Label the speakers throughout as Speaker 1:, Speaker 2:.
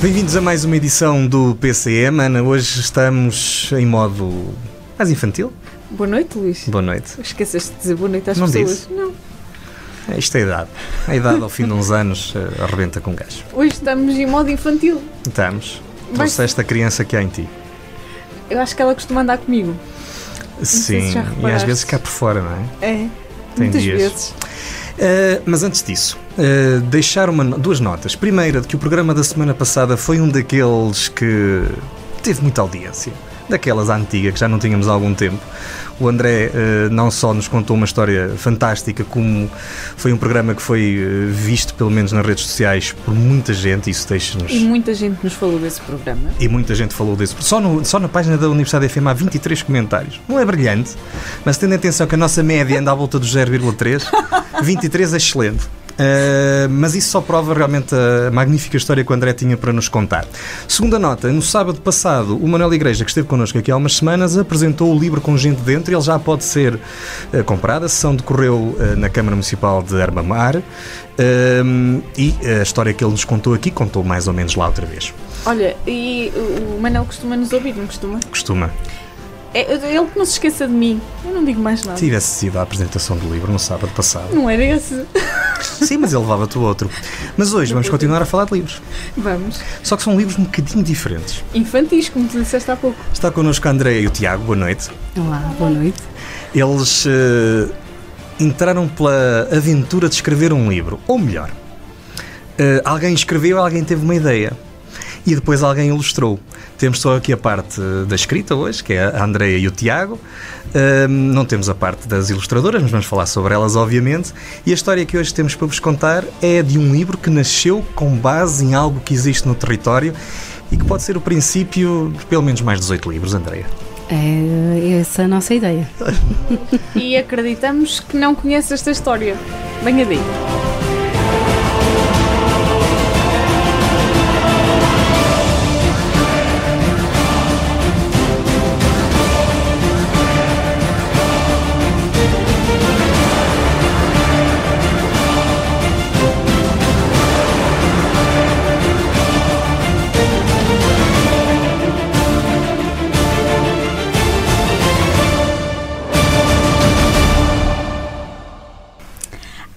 Speaker 1: Bem-vindos a mais uma edição do PCM. Ana, hoje estamos em modo mais infantil.
Speaker 2: Boa noite, Luís.
Speaker 1: Boa noite.
Speaker 2: Esqueceste de dizer boa noite às
Speaker 1: Não
Speaker 2: pessoas.
Speaker 1: disse.
Speaker 2: Não.
Speaker 1: Isto é a idade. A idade, ao fim de uns anos, eh, arrebenta com gás.
Speaker 2: Hoje estamos em modo infantil.
Speaker 1: Estamos.
Speaker 2: Mas-
Speaker 1: Trouxeste a criança que há em ti.
Speaker 2: Eu acho que ela costuma andar comigo. sei se
Speaker 1: Sim,
Speaker 2: já
Speaker 1: e às
Speaker 2: reparaste.
Speaker 1: vezes cá por fora, não é?
Speaker 2: É.
Speaker 1: Tem
Speaker 2: Muitas
Speaker 1: dias.
Speaker 2: vezes.
Speaker 1: Uh, mas antes disso, uh, deixar uma no- duas notas. Primeira, de que o programa da semana passada foi um daqueles que teve muita audiência. Daquelas à antiga, que já não tínhamos há algum tempo. O André uh, não só nos contou uma história fantástica, como foi um programa que foi uh, visto, pelo menos nas redes sociais, por muita gente. Isso deixa-nos.
Speaker 2: E muita gente nos falou desse programa.
Speaker 1: E muita gente falou disso. Só, no- só na página da Universidade FM há 23 comentários. Não é brilhante, mas tendo em atenção que a nossa média anda à volta dos 0,3, 23 é excelente. Ah, mas isso só prova realmente a magnífica história que o André tinha para nos contar. Segunda nota, no sábado passado, o Manuel Igreja, que esteve connosco aqui há umas semanas, apresentou o livro com gente dentro. Ele já pode ser ah, comprado. A sessão decorreu ah, na Câmara Municipal de Armamar Ahm, e a história que ele nos contou aqui contou mais ou menos lá outra vez.
Speaker 2: Olha, e o o Manel costuma nos ouvir, não costuma?
Speaker 1: Costuma.
Speaker 2: É, ele que não se esqueça de mim. Eu não digo mais nada.
Speaker 1: Tivesse sido a apresentação do livro no sábado passado.
Speaker 2: Não era esse.
Speaker 1: Sim, mas ele levava-te o outro. Mas hoje vamos continuar a falar de livros.
Speaker 2: Vamos.
Speaker 1: Só que são livros um bocadinho diferentes.
Speaker 2: Infantis, como tu disseste há pouco.
Speaker 1: Está connosco a Andreia e o Tiago, boa noite.
Speaker 3: Olá, boa noite.
Speaker 1: Eles eh, entraram pela aventura de escrever um livro. Ou melhor, eh, alguém escreveu, alguém teve uma ideia. E depois alguém ilustrou. Temos só aqui a parte eh, da escrita hoje, que é a Andreia e o Tiago. Ahm, não temos a parte das ilustradoras, mas vamos falar sobre elas, obviamente. E a história que hoje temos para vos contar é de um livro que nasceu com base em algo que existe no território e que pode ser o princípio de pelo menos mais 18 livros, Andreia.
Speaker 3: É essa a nossa ideia.
Speaker 2: E acreditamos que não conhece esta história. Venha daí.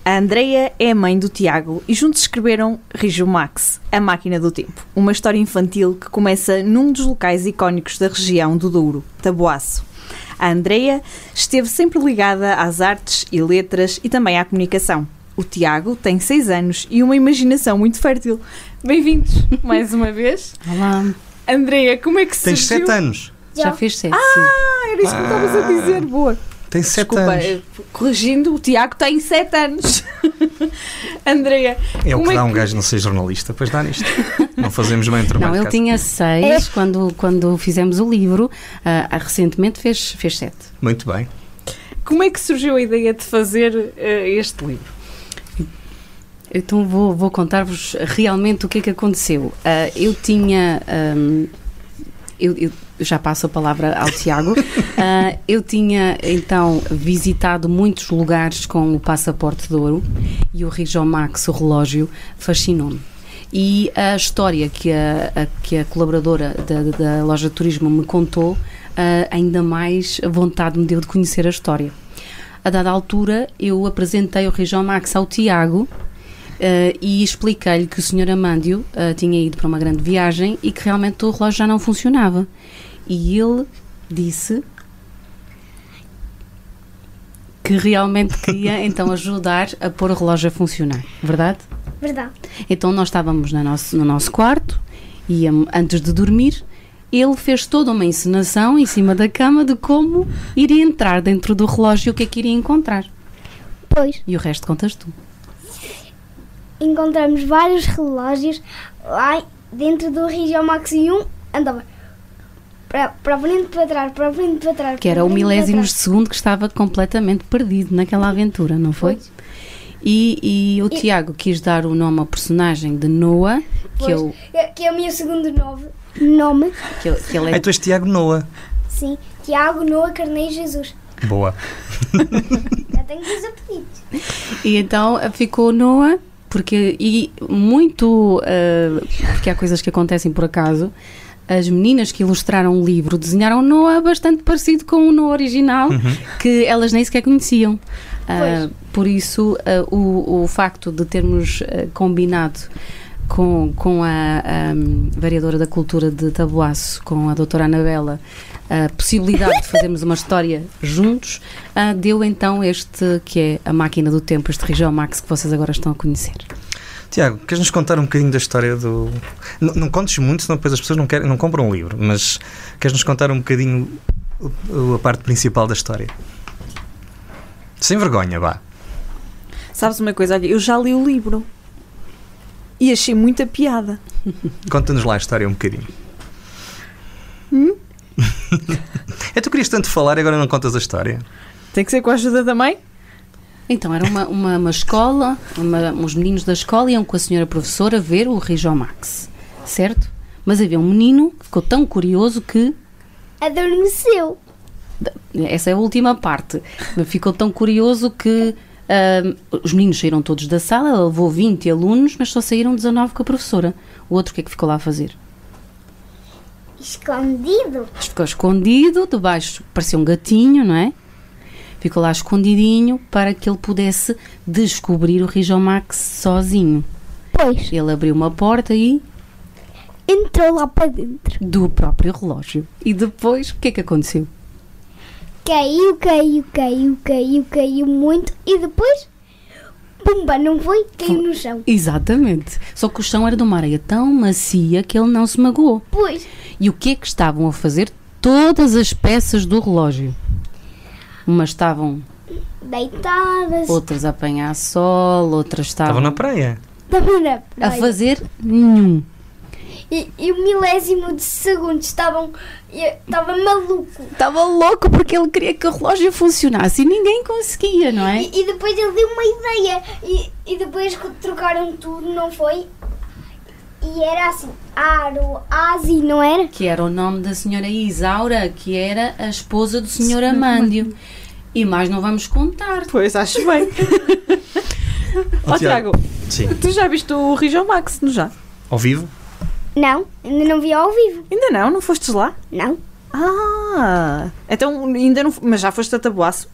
Speaker 2: A Andreia é a mãe do Tiago e juntos escreveram Rijo Max, A Máquina do Tempo, uma história infantil que começa num dos locais icónicos da região do Douro, Taboaço. A Andreia esteve sempre ligada às artes e letras e também à comunicação. O Tiago tem 6 anos e uma imaginação muito fértil. Bem-vindos mais uma vez.
Speaker 3: Olá,
Speaker 2: Andreia, como é que
Speaker 1: Tens
Speaker 2: surgiu?
Speaker 1: 7 anos.
Speaker 3: já fiz sete. sim.
Speaker 2: Ah, era isso que estavas a dizer, boa.
Speaker 1: Tens 7
Speaker 2: Desculpa,
Speaker 1: Ah, anos.
Speaker 2: eh, corrigindo, o Tiago tem 7 anos. Andreia,
Speaker 1: É o
Speaker 2: como
Speaker 1: que
Speaker 2: é
Speaker 1: dá um
Speaker 2: que-
Speaker 1: gajo não ser jornalista, pois dá nisto. Não fazemos bem o trabalho.
Speaker 3: Não,
Speaker 1: de
Speaker 3: ele
Speaker 1: casa.
Speaker 3: tinha seis quando, quando fizemos o livro. Ah, ah, recentemente fez, fez sete.
Speaker 1: Muito bem.
Speaker 2: Como é que surgiu a ideia de fazer eh, este livro?
Speaker 3: Então vou, vou contar-vos realmente o que é que aconteceu. Ah, eu tinha. ahm, eu, eu já passo a palavra ao Tiago. Ah, eu tinha então visitado muitos lugares com o passaporte de ouro e o Rijomax, o relógio, fascinou-me. E a história que a, a- que a colaboradora da, da loja de turismo me contou, ah, ainda mais vontade me deu de conhecer a história. A dada altura, eu apresentei o Rijomax ao Tiago eh, e expliquei-lhe que o Sr. Amândio eh, tinha ido para uma grande viagem e que realmente o relógio já não funcionava. E ele disse que realmente queria então ajudar a pôr o relógio a funcionar, verdade?
Speaker 4: Verdade.
Speaker 3: Então nós estávamos na nosso- no nosso quarto e hum, antes de dormir ele fez toda uma encenação em cima da cama de como iria entrar dentro do relógio e o que é que iria encontrar.
Speaker 4: Pois,
Speaker 3: E o resto contas tu.
Speaker 4: encontramos vários relógios lá dentro do Rigiomax e um andava para, para a frente, para trás, para a frente, para trás.
Speaker 3: Que
Speaker 4: para
Speaker 3: era
Speaker 4: a
Speaker 3: o
Speaker 4: frente, para
Speaker 3: milésimos de
Speaker 4: trás.
Speaker 3: segundo que estava completamente perdido naquela aventura, não foi?
Speaker 4: Pois.
Speaker 3: E, e o
Speaker 4: E-
Speaker 3: Tiago quis dar o nome ao personagem de Noah, que,
Speaker 4: Pois,
Speaker 3: eu,
Speaker 4: é- Que é o meu segundo nome. Nome,
Speaker 3: que, eu- que ele
Speaker 1: Aí
Speaker 3: é
Speaker 1: tu és Tiago Noa.
Speaker 4: sim. Tiago Noa Carneiro Jesus.
Speaker 1: Boa.
Speaker 4: Já tenho dois apelidos.
Speaker 3: E então eh, ficou Noah Porque, e muito, ah, porque há coisas que acontecem por acaso, as meninas que ilustraram o livro desenharam um Noah bastante parecido com o Noah original, que elas nem sequer conheciam. Ah, por isso, ah, o, o facto de termos ah, combinado com, com a, ahm, Variadora da Cultura de Taboaço, com a doutora Anabela, a possibilidade de fazermos uma história juntos, ah, deu então este que é a Máquina do Tempo, este Região Max que vocês agora estão a conhecer.
Speaker 1: Tiago, queres nos contar um bocadinho da história do. N- não contes muito, senão depois as pessoas não, querem, não compram o livro, mas queres nos contar um bocadinho o- o- a parte principal da história? Sem vergonha, vá.
Speaker 5: Sabes uma coisa? Olha, eu já li o livro e achei muita piada.
Speaker 1: Conta-nos lá a história um bocadinho. é tu querias tanto falar e agora não contas a história.
Speaker 5: Tem que ser com a ajuda da mãe?
Speaker 3: Então, era uma, uma, uma escola, uma- uns meninos da escola iam com a senhora professora ver o Rijo Max, certo? Mas havia um menino que ficou tão curioso que.
Speaker 4: Adormeceu.
Speaker 3: Essa é a última parte. Mas Ficou tão curioso que ahm, os meninos saíram todos da sala, ela levou 20 alunos, mas só saíram 19 com a professora. O outro o que é que ficou lá a fazer?
Speaker 4: Escondido.
Speaker 3: Ficou escondido, debaixo parecia um gatinho, não é? Ficou lá escondidinho para que ele pudesse descobrir o Rijo Max sozinho.
Speaker 4: Pois.
Speaker 3: Ele abriu uma porta e
Speaker 4: Entrou lá para dentro.
Speaker 3: do próprio relógio. E depois, o que é que aconteceu?
Speaker 4: Caiu, caiu, caiu, caiu, caiu muito. E depois, pumba, não foi? Caiu no chão.
Speaker 3: Exatamente. Só que o chão era de uma areia tão macia que ele não se magoou.
Speaker 4: Pois.
Speaker 3: E o que é que estavam a fazer todas as peças do relógio? Umas estavam,
Speaker 4: Deitadas.
Speaker 3: outras a apanhar sol, outras
Speaker 1: Estavam
Speaker 3: estavam
Speaker 1: na praia.
Speaker 4: Estava na
Speaker 3: a
Speaker 4: praia.
Speaker 3: fazer nenhum.
Speaker 4: E, e o milésimo de segundo estavam. eu Estava maluco.
Speaker 3: Estava louco porque ele queria que o relógio funcionasse e ninguém conseguia, não é?
Speaker 4: E, e depois ele deu uma ideia. E, e depois trocaram tudo, não foi? E era assim: Aro, Asi, não era?
Speaker 3: que era o nome da senhora Isaura, que era a esposa do senhor Amândio. E mais não vamos contar.
Speaker 5: Pois, acho bem. Ó Tiago,
Speaker 1: Sim.
Speaker 5: tu já viste o Rijo Max, não já?
Speaker 1: Ao vivo?
Speaker 4: Não, ainda não vi ao vivo.
Speaker 5: Ainda não, não fostes lá?
Speaker 4: Não.
Speaker 5: Ah, então ainda não. Mas já foste a tabuaço?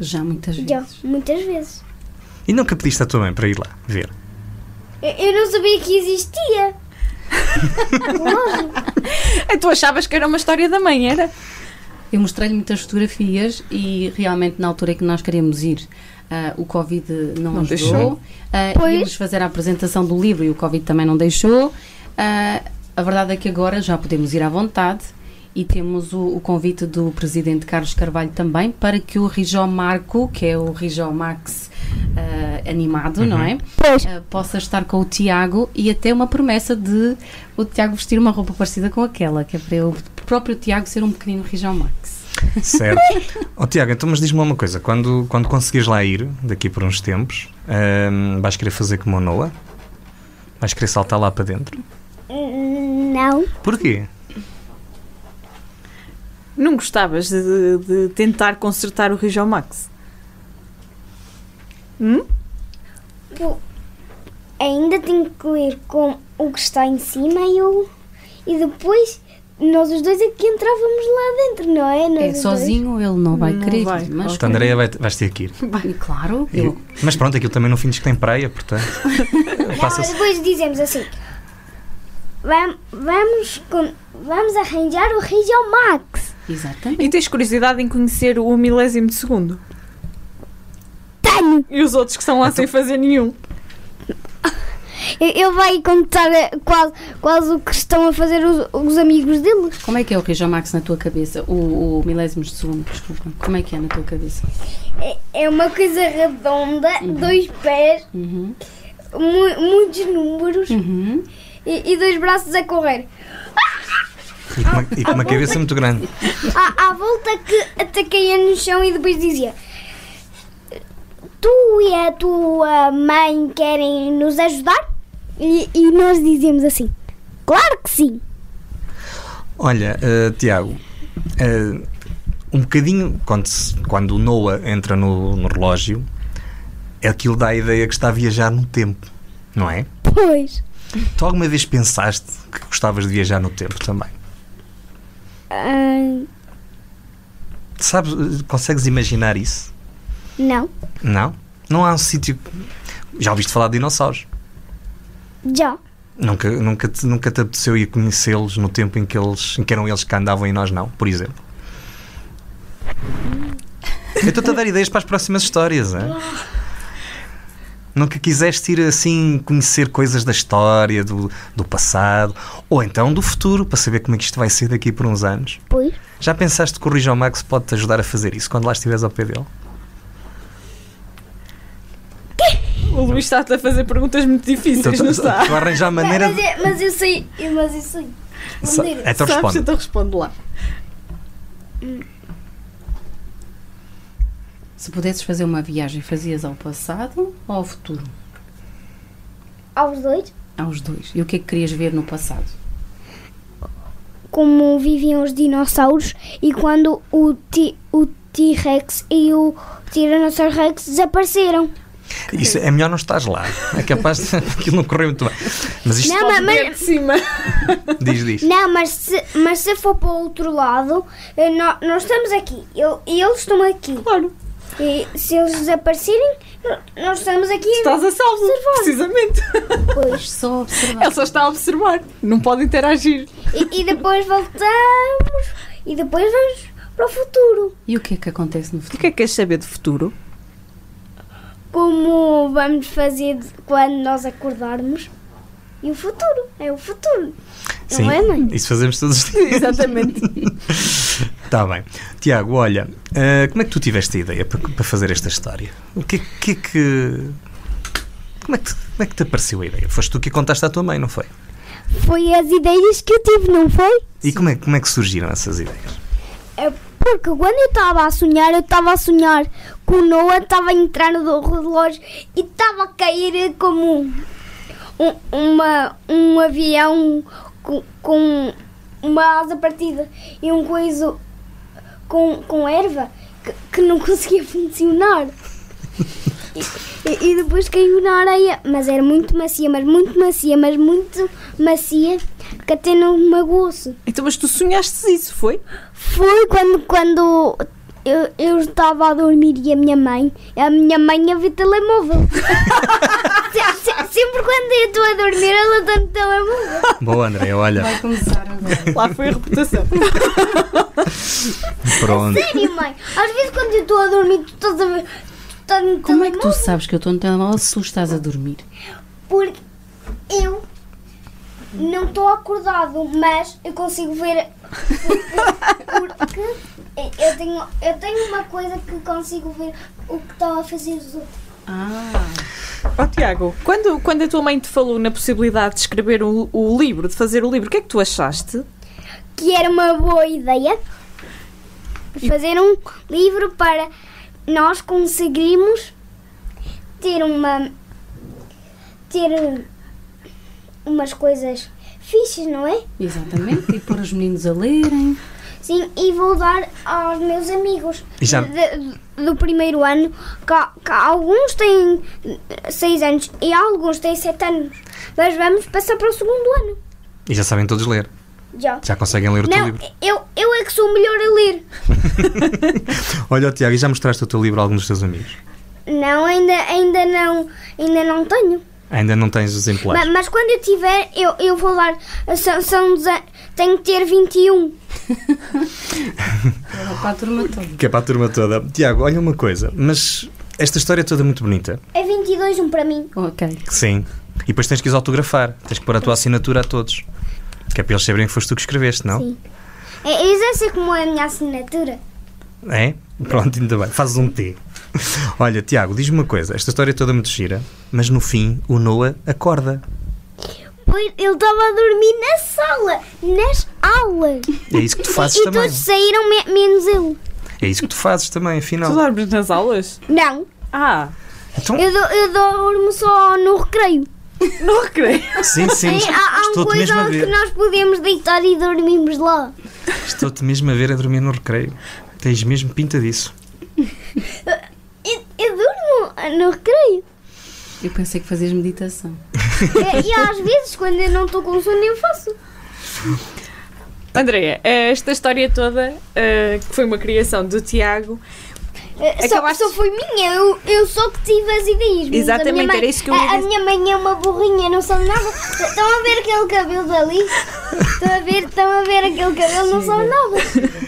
Speaker 3: Já muitas vezes.
Speaker 4: Já, muitas vezes.
Speaker 1: E nunca pediste à tua mãe para ir lá ver.
Speaker 4: Eu, eu não sabia que existia.
Speaker 5: É, tu achavas que era uma história da mãe, era?
Speaker 3: Eu mostrei-lhe muitas fotografias e realmente na altura em que nós queríamos ir, ah, o Covid não, ajudou.
Speaker 5: deixou.
Speaker 3: Ah,
Speaker 4: Pois.
Speaker 3: íamos fazer a apresentação do livro e o Covid também não deixou. Ah, a verdade é que agora já podemos ir à vontade e temos o, o convite do Presidente Carlos Carvalho também para que o Rijó Marco, que é o Rijó Max ah, animado, não é?
Speaker 4: Pois.
Speaker 3: Ah, possa estar com o Tiago e até uma promessa de o Tiago vestir uma roupa parecida com aquela, que é para eu- o próprio Tiago ser um pequenino Rijó Max.
Speaker 1: Certo. Ó Tiago, então mas diz-me uma coisa: quando, quando conseguires lá ir, daqui por uns tempos, ahm, vais querer fazer como o Noah? Vais querer saltar lá para dentro?
Speaker 4: Hum, Não.
Speaker 1: Porquê?
Speaker 5: Não gostavas de, de tentar consertar o Rijo Max? Hum?
Speaker 4: Pô, Ainda tenho que ir com o que está em cima e o. E depois nós os dois é que entrávamos lá dentro, não é? Nós
Speaker 3: É,
Speaker 4: os
Speaker 3: sozinho ele não vai
Speaker 5: Não
Speaker 3: querer,
Speaker 5: vai,
Speaker 3: mas
Speaker 1: Então, Andréia, vai, vais ter que ir.
Speaker 3: E claro,
Speaker 1: E-
Speaker 3: eu,
Speaker 1: mas pronto, aquilo também no fim diz que tem praia, portanto.
Speaker 4: dois. Não,
Speaker 1: Passa-se.
Speaker 4: Ah, depois dizemos assim. "Vam- Vamos, com- vamos arranjar o Rio Max.
Speaker 3: exatamente.
Speaker 5: E tens curiosidade em conhecer o milésimo de segundo?
Speaker 4: Tenho!
Speaker 5: E os outros que estão lá sem fazer nenhum?
Speaker 4: E- Ele vai contar eh, quase, quase o que estão a fazer os, os amigos dele.
Speaker 3: Como é que é o Rijó Max na tua cabeça? O, o milésimos de segundo, desculpa. Como é que é na tua cabeça?
Speaker 4: É, é uma coisa redonda, dois pés,
Speaker 3: Uhum.
Speaker 4: mu- muitos números
Speaker 3: Uhum.
Speaker 4: e- e dois braços a correr.
Speaker 1: E com uma, e com uma cabeça muito grande.
Speaker 4: à, à volta que até caía no chão e depois dizia Tu e a tua mãe querem nos ajudar? E, e nós dizíamos assim Claro que sim!
Speaker 1: Olha, eh, Tiago, eh, um bocadinho, quando, se- quando o é Noah entra no, no relógio, aquilo dá a ideia que está a viajar no tempo. não é?
Speaker 4: Pois.
Speaker 1: Tu alguma vez pensaste que gostavas de viajar no tempo também?
Speaker 4: Ah,
Speaker 1: Sabes, eh, consegues imaginar isso?
Speaker 4: não.
Speaker 1: Não? Não há um sítio. Já ouviste falar de dinossauros?
Speaker 4: Já.
Speaker 1: Nunca, nunca, te, nunca te apeteceu ir conhecê-los no tempo em que, eles, em que eram eles que andavam e nós não, por exemplo? Eu estou-te a dar ideias para as próximas histórias, é? Nunca quiseste ir assim conhecer coisas da história, do, do passado, ou então do futuro, para saber como é que isto vai ser daqui por uns anos?
Speaker 4: Pois.
Speaker 1: Já pensaste que o Rijo Max pode-te ajudar a fazer isso quando lá estiveres ao pé dele?
Speaker 5: O Luís está-te a fazer perguntas muito
Speaker 2: é
Speaker 5: difíceis, não
Speaker 1: Estou
Speaker 5: está?
Speaker 1: a arranjar maneira
Speaker 4: Mas,
Speaker 1: de.
Speaker 4: é- mas eu sei. Mas eu sei.
Speaker 1: Sa-
Speaker 4: Maneira.
Speaker 1: Então
Speaker 5: Sabes?
Speaker 1: responde.
Speaker 5: Então responde lá.
Speaker 3: Se pudesses fazer uma viagem, fazias ao passado ou ao futuro?
Speaker 4: Aos dois.
Speaker 3: Aos dois. E o que é que querias ver no passado?
Speaker 4: Como viviam os dinossauros e quando o ti- o T-Rex e o Tiranossauro Rex desapareceram.
Speaker 1: Isso, é melhor não estás lá. É capaz de. Aquilo não correu muito bem. Mas isto
Speaker 4: Não, Ah, mas, mas-
Speaker 5: Ver de cima.
Speaker 1: diz, diz.
Speaker 4: não, mas se, mas se for para o outro lado, eh, nó- nós estamos aqui. Eu- E eles estão aqui.
Speaker 5: Claro,
Speaker 4: E se eles desaparecerem, nó- nós estamos aqui.
Speaker 5: estás a salvo, precisamente.
Speaker 4: Pois.
Speaker 3: Só observar.
Speaker 5: Ele só está a observar, não pode interagir.
Speaker 4: E, e depois voltamos. E depois vamos para o futuro.
Speaker 3: E o que é que acontece no
Speaker 5: O
Speaker 3: futuro?
Speaker 5: que é que queres saber do futuro?
Speaker 4: Como vamos fazer de- quando nós acordarmos. E o futuro. É o futuro.
Speaker 1: Sim,
Speaker 4: é, mãe?
Speaker 1: isso fazemos todos os dias.
Speaker 5: Exatamente.
Speaker 1: Está bem. Tiago, olha, ah, como é que tu tiveste a ideia para, para fazer esta história? O que, é- que é que. Como é que, te, como é que te apareceu a ideia? Foste tu que a contaste à tua mãe, não foi?
Speaker 4: Foi as ideias que eu tive, não foi?
Speaker 1: E como é, como é que surgiram essas ideias?
Speaker 4: É porque quando eu estava a sonhar, eu estava a sonhar que o Noah estava a entrar no relógio e estava a cair como um, um- uma, um avião com, com uma asa partida e um coiso com, com erva que, que não conseguia funcionar. E- E, e depois caiu na areia, mas era muito macia, mas muito macia, mas muito macia, que até não me magoou-se.
Speaker 5: Então, mas tu sonhaste isso, foi?
Speaker 4: Foi quando, quando eu, eu estava a dormir e a minha mãe, a minha mãe a ver telemóvel. Se- se- Sempre quando eu estou a dormir, ela está no telemóvel.
Speaker 1: Boa, André, olha,
Speaker 3: Vai começar agora.
Speaker 5: Lá foi a reputação.
Speaker 1: pronto.
Speaker 4: Sério, mãe? Às vezes quando eu estou a dormir, tu estás a ver. Tu estás no
Speaker 3: Como é que
Speaker 4: telemóvel.
Speaker 3: tu sabes que eu estou no telemóvel se tu estás a dormir?
Speaker 4: Porque eu não estou acordado, mas eu consigo ver. Porque eu tenho, eu tenho uma coisa que consigo ver o que estão a fazer os outros.
Speaker 3: Ah,
Speaker 5: Ó Tiago, quando, quando a tua mãe te falou na possibilidade de escrever o, o livro, de fazer o livro, o que é que tu achaste?
Speaker 4: que era uma boa ideia fazer um livro para nós conseguirmos ter uma ter umas coisas fixas, não é?
Speaker 3: exatamente. E pôr os meninos a lerem.
Speaker 4: Sim, e vou dar aos meus amigos
Speaker 1: E já-
Speaker 4: de- do primeiro ano, que, há- que há alguns têm 6 anos e alguns têm 7 anos, mas vamos passar para o segundo ano.
Speaker 1: E já sabem todos ler.
Speaker 4: Já.
Speaker 1: Já conseguem ler o teu
Speaker 4: Não,
Speaker 1: livro.
Speaker 4: eu, eu é que sou o melhor a ler.
Speaker 1: Olha, ó, Tiago, e já mostraste o teu livro a alguns dos teus amigos?
Speaker 4: Não, ainda, ainda não, ainda não tenho.
Speaker 1: Ainda não tens exemplares.
Speaker 4: Ma- Mas, quando eu tiver, eu, eu vou dar. São, são, deza- tenho que ter 21.
Speaker 3: Era para a turma toda.
Speaker 1: Que é para a turma toda. Tiago, olha uma coisa, mas esta história é toda muito bonita.
Speaker 4: É 22 um para mim.
Speaker 3: Ok.
Speaker 1: Sim. E depois tens que os autografar, tens que pôr a tua assinatura a todos. Que é para eles saberem que foste tu que escreveste, não?
Speaker 4: Sim. É, eu já sei como é a minha assinatura.
Speaker 1: É? Pronto, ainda bem. Fazes um T. Olha, Tiago, diz-me uma coisa. Esta história é toda muito gira, mas no fim o Noah acorda.
Speaker 4: Pois ele estava a dormir na sala, nas aulas.
Speaker 1: É isso que tu fazes
Speaker 4: e
Speaker 1: também.
Speaker 4: todos saíram me- menos eu.
Speaker 1: É isso que tu fazes também,
Speaker 5: Tu
Speaker 1: afinal.
Speaker 5: dormes nas aulas?
Speaker 4: Não,
Speaker 5: Ah,
Speaker 1: Então,
Speaker 4: eu, do, eu dormo só no recreio.
Speaker 5: não recreio.
Speaker 1: sim, sim.
Speaker 4: Sim, há, há um
Speaker 1: Estou-te mesmo a
Speaker 4: coisa que
Speaker 1: ver.
Speaker 4: nós podemos deitar e dormimos lá.
Speaker 1: Estou-te mesmo a ver a dormir no recreio. Tens mesmo pinta disso.
Speaker 4: Eu, eu durmo ah, no recreio.
Speaker 3: Eu pensei que fazias meditação.
Speaker 4: É, E, e às vezes, quando eu não estou com sono, eu faço.
Speaker 2: Andreia, eh, esta história toda, eh, que foi uma criação do Tiago,
Speaker 4: Eh, Só,
Speaker 2: Acabaste-
Speaker 4: só foi minha, eu, eu só que tive as ideias. mas
Speaker 2: Exatamente,
Speaker 4: a minha mãe,
Speaker 2: era isso que eu
Speaker 4: a-
Speaker 2: ia
Speaker 4: A,
Speaker 2: dizer.
Speaker 4: minha mãe é uma burrinha, não sabe nada. Estão a ver aquele cabelo dali? Estão a ver, estão a ver aquele cabelo, não sabe nada.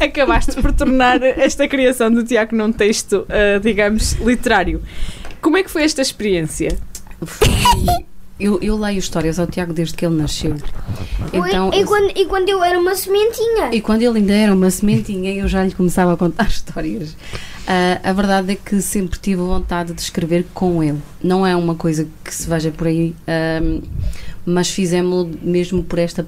Speaker 2: acabaste por tornar esta criação do Tiago num texto, eh, digamos, literário. Como é que foi esta experiência?
Speaker 3: Fui- Eu, eu leio histórias ao Tiago desde que ele nasceu. Então,
Speaker 4: e, e quando, e quando eu era uma sementinha.
Speaker 3: E quando ele ainda era uma sementinha, eu já lhe começava a contar histórias. Ah, a verdade é que sempre tive vontade de escrever com ele. Não é uma coisa que se veja por aí, ahm, mas fizemos mesmo por esta,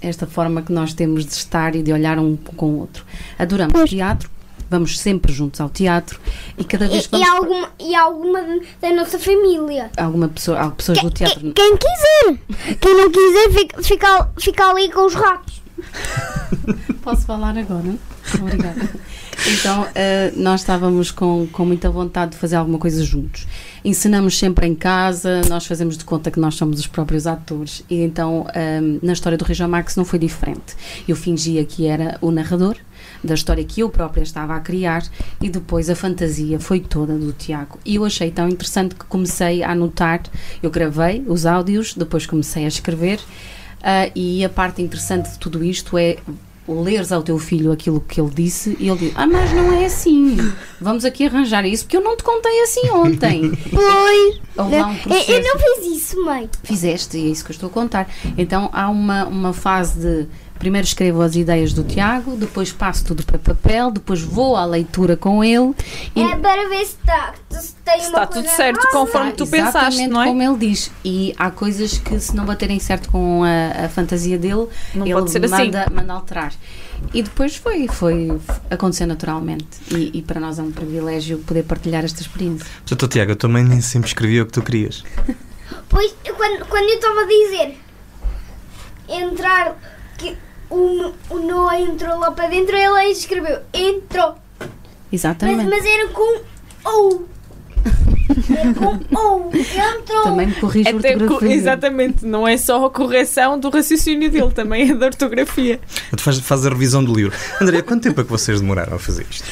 Speaker 3: esta forma que nós temos de estar e de olhar um com o outro. Adoramos teatro, vamos sempre juntos ao teatro e cada vez que
Speaker 4: E, e,
Speaker 3: vamos
Speaker 4: alguma, e alguma da nossa família.
Speaker 3: alguma pessoa, há pessoas do teatro. é?
Speaker 4: Quem quiser. Quem não quiser, fica, fica, fica ali com os ratos.
Speaker 3: Posso falar agora? Obrigada. Então, eh, nós estávamos com, com muita vontade de fazer alguma coisa juntos. Ensinamos sempre em casa, nós fazemos de conta que nós somos os próprios atores. E então, ehm, na história do Região Max não foi diferente. Eu fingia que era o narrador da história que eu própria estava a criar e depois a fantasia foi toda do Tiago. E eu achei tão interessante que comecei a anotar, eu gravei os áudios, depois comecei a escrever. Ah, e a parte interessante de tudo isto é leres ao teu filho aquilo que ele disse e ele diz, ah, mas não é assim. Vamos aqui arranjar isso porque eu não te contei assim ontem.
Speaker 4: Pois.
Speaker 3: Houve lá um
Speaker 4: Eu- É, eu,
Speaker 3: processo
Speaker 4: não fiz isso, mãe.
Speaker 3: fizeste, e é isso que eu estou a contar. Então há uma, uma fase de primeiro escrevo as ideias do Tiago, depois passo tudo para papel, depois vou à leitura com ele e
Speaker 4: É para ver se, tá, se tem
Speaker 2: Se
Speaker 4: uma
Speaker 2: está
Speaker 4: coisa
Speaker 2: tudo certo
Speaker 4: errada.
Speaker 2: conforme tu
Speaker 3: Exatamente
Speaker 2: pensaste, não é?
Speaker 3: como ele diz. E há coisas que se não baterem certo com a, a fantasia dele,
Speaker 2: Não
Speaker 3: ele
Speaker 2: pode ser assim.
Speaker 3: manda, manda alterar. E depois foi, foi aconteceu naturalmente. E, e para nós é um privilégio poder partilhar esta experiência.
Speaker 1: Portanto, Tiago, eu também nem sempre escrevi o que tu querias.
Speaker 4: Pois, eu- quando, quando eu estava a dizer entrar, que o, o Noah entrou lá para dentro, ele escreveu entrou. Mas,
Speaker 3: Exatamente.
Speaker 4: mas era com ou. Era com ou. Entrou.
Speaker 3: Também me corrige a
Speaker 2: Até co-
Speaker 3: ortografia.
Speaker 2: exatamente, não é só a correção do raciocínio dele, também é da ortografia.
Speaker 1: Tu faz, faz a revisão do livro. André, quanto tempo é que vocês demoraram a fazer isto?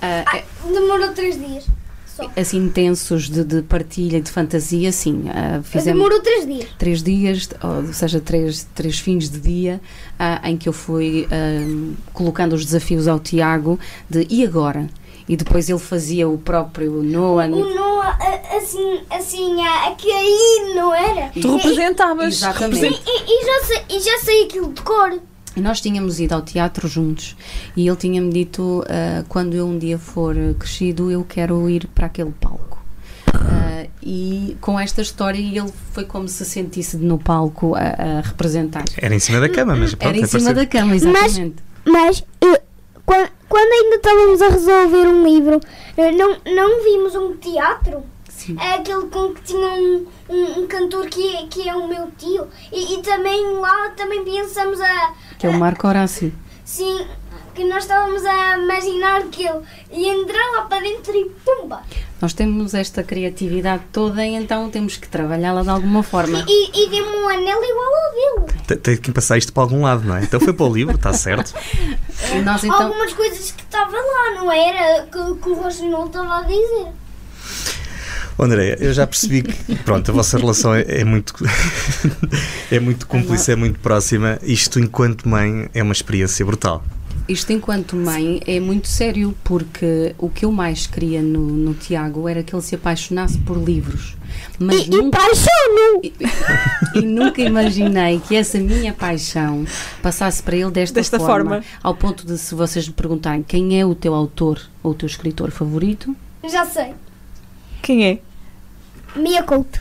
Speaker 3: Ah, é-
Speaker 4: Demorou três dias. Só.
Speaker 3: assim intensos de, de partilha e de fantasia, sim. ah,
Speaker 2: é
Speaker 3: fizemos
Speaker 4: Demorou três dias.
Speaker 3: três dias, ou seja, três, três fins de dia, ah, em que eu fui ahm, colocando os desafios ao Tiago de e agora? E depois ele fazia o próprio Noah.
Speaker 4: O Noah, a- assim, assim, a, a cair, não era?
Speaker 2: Tu representavas.
Speaker 4: E,
Speaker 3: Exatamente.
Speaker 4: e- e já sei, e já sei aquilo de cor.
Speaker 3: E nós tínhamos ido ao teatro juntos e ele tinha-me dito: ah, quando eu um dia for crescido, eu quero ir para aquele palco. Ah, e com esta história, ele foi como se sentisse no palco a, a representar.
Speaker 1: Era em cima da cama, mas pronto,
Speaker 3: Era em
Speaker 1: é
Speaker 3: cima da
Speaker 1: parecido.
Speaker 3: cama, exatamente.
Speaker 4: Mas eu- quan- quando ainda estávamos a resolver um livro, eh, não, não vimos um teatro?
Speaker 3: Sim.
Speaker 4: É aquele com que tinha um, um, um cantor que é, que é o meu tio. E, e também lá também pensamos a.
Speaker 3: Que é o Marco Horácio.
Speaker 4: Sim, que nós estávamos a imaginar que ele ia entrar lá para dentro e pumba!
Speaker 3: Nós temos esta criatividade toda e então temos que trabalhá-la de alguma forma.
Speaker 4: E, e deu-me um anel igual ao dele.
Speaker 1: Tem- Tem que passar isto para algum lado, não é? Então foi para o livro, está certo.
Speaker 3: E nós então.
Speaker 4: Algumas coisas que estava lá, não era? Que, que o Rosinol estava a dizer.
Speaker 1: Oh, Andréia, eu já percebi que pronto, a vossa relação é, é muito é muito cúmplice, é muito próxima. Isto, enquanto mãe, é uma experiência brutal.
Speaker 3: Isto, enquanto mãe, é muito sério, porque o que eu mais queria no, no Tiago era que ele se apaixonasse por livros. Mas nunca,
Speaker 4: paixão!
Speaker 3: e, e nunca imaginei que essa minha paixão passasse para ele desta,
Speaker 2: Desta forma.
Speaker 3: Ao ponto de, se vocês me perguntarem quem é o teu autor ou o teu escritor favorito,
Speaker 4: Já sei.
Speaker 2: Quem é?
Speaker 4: Meia culpa.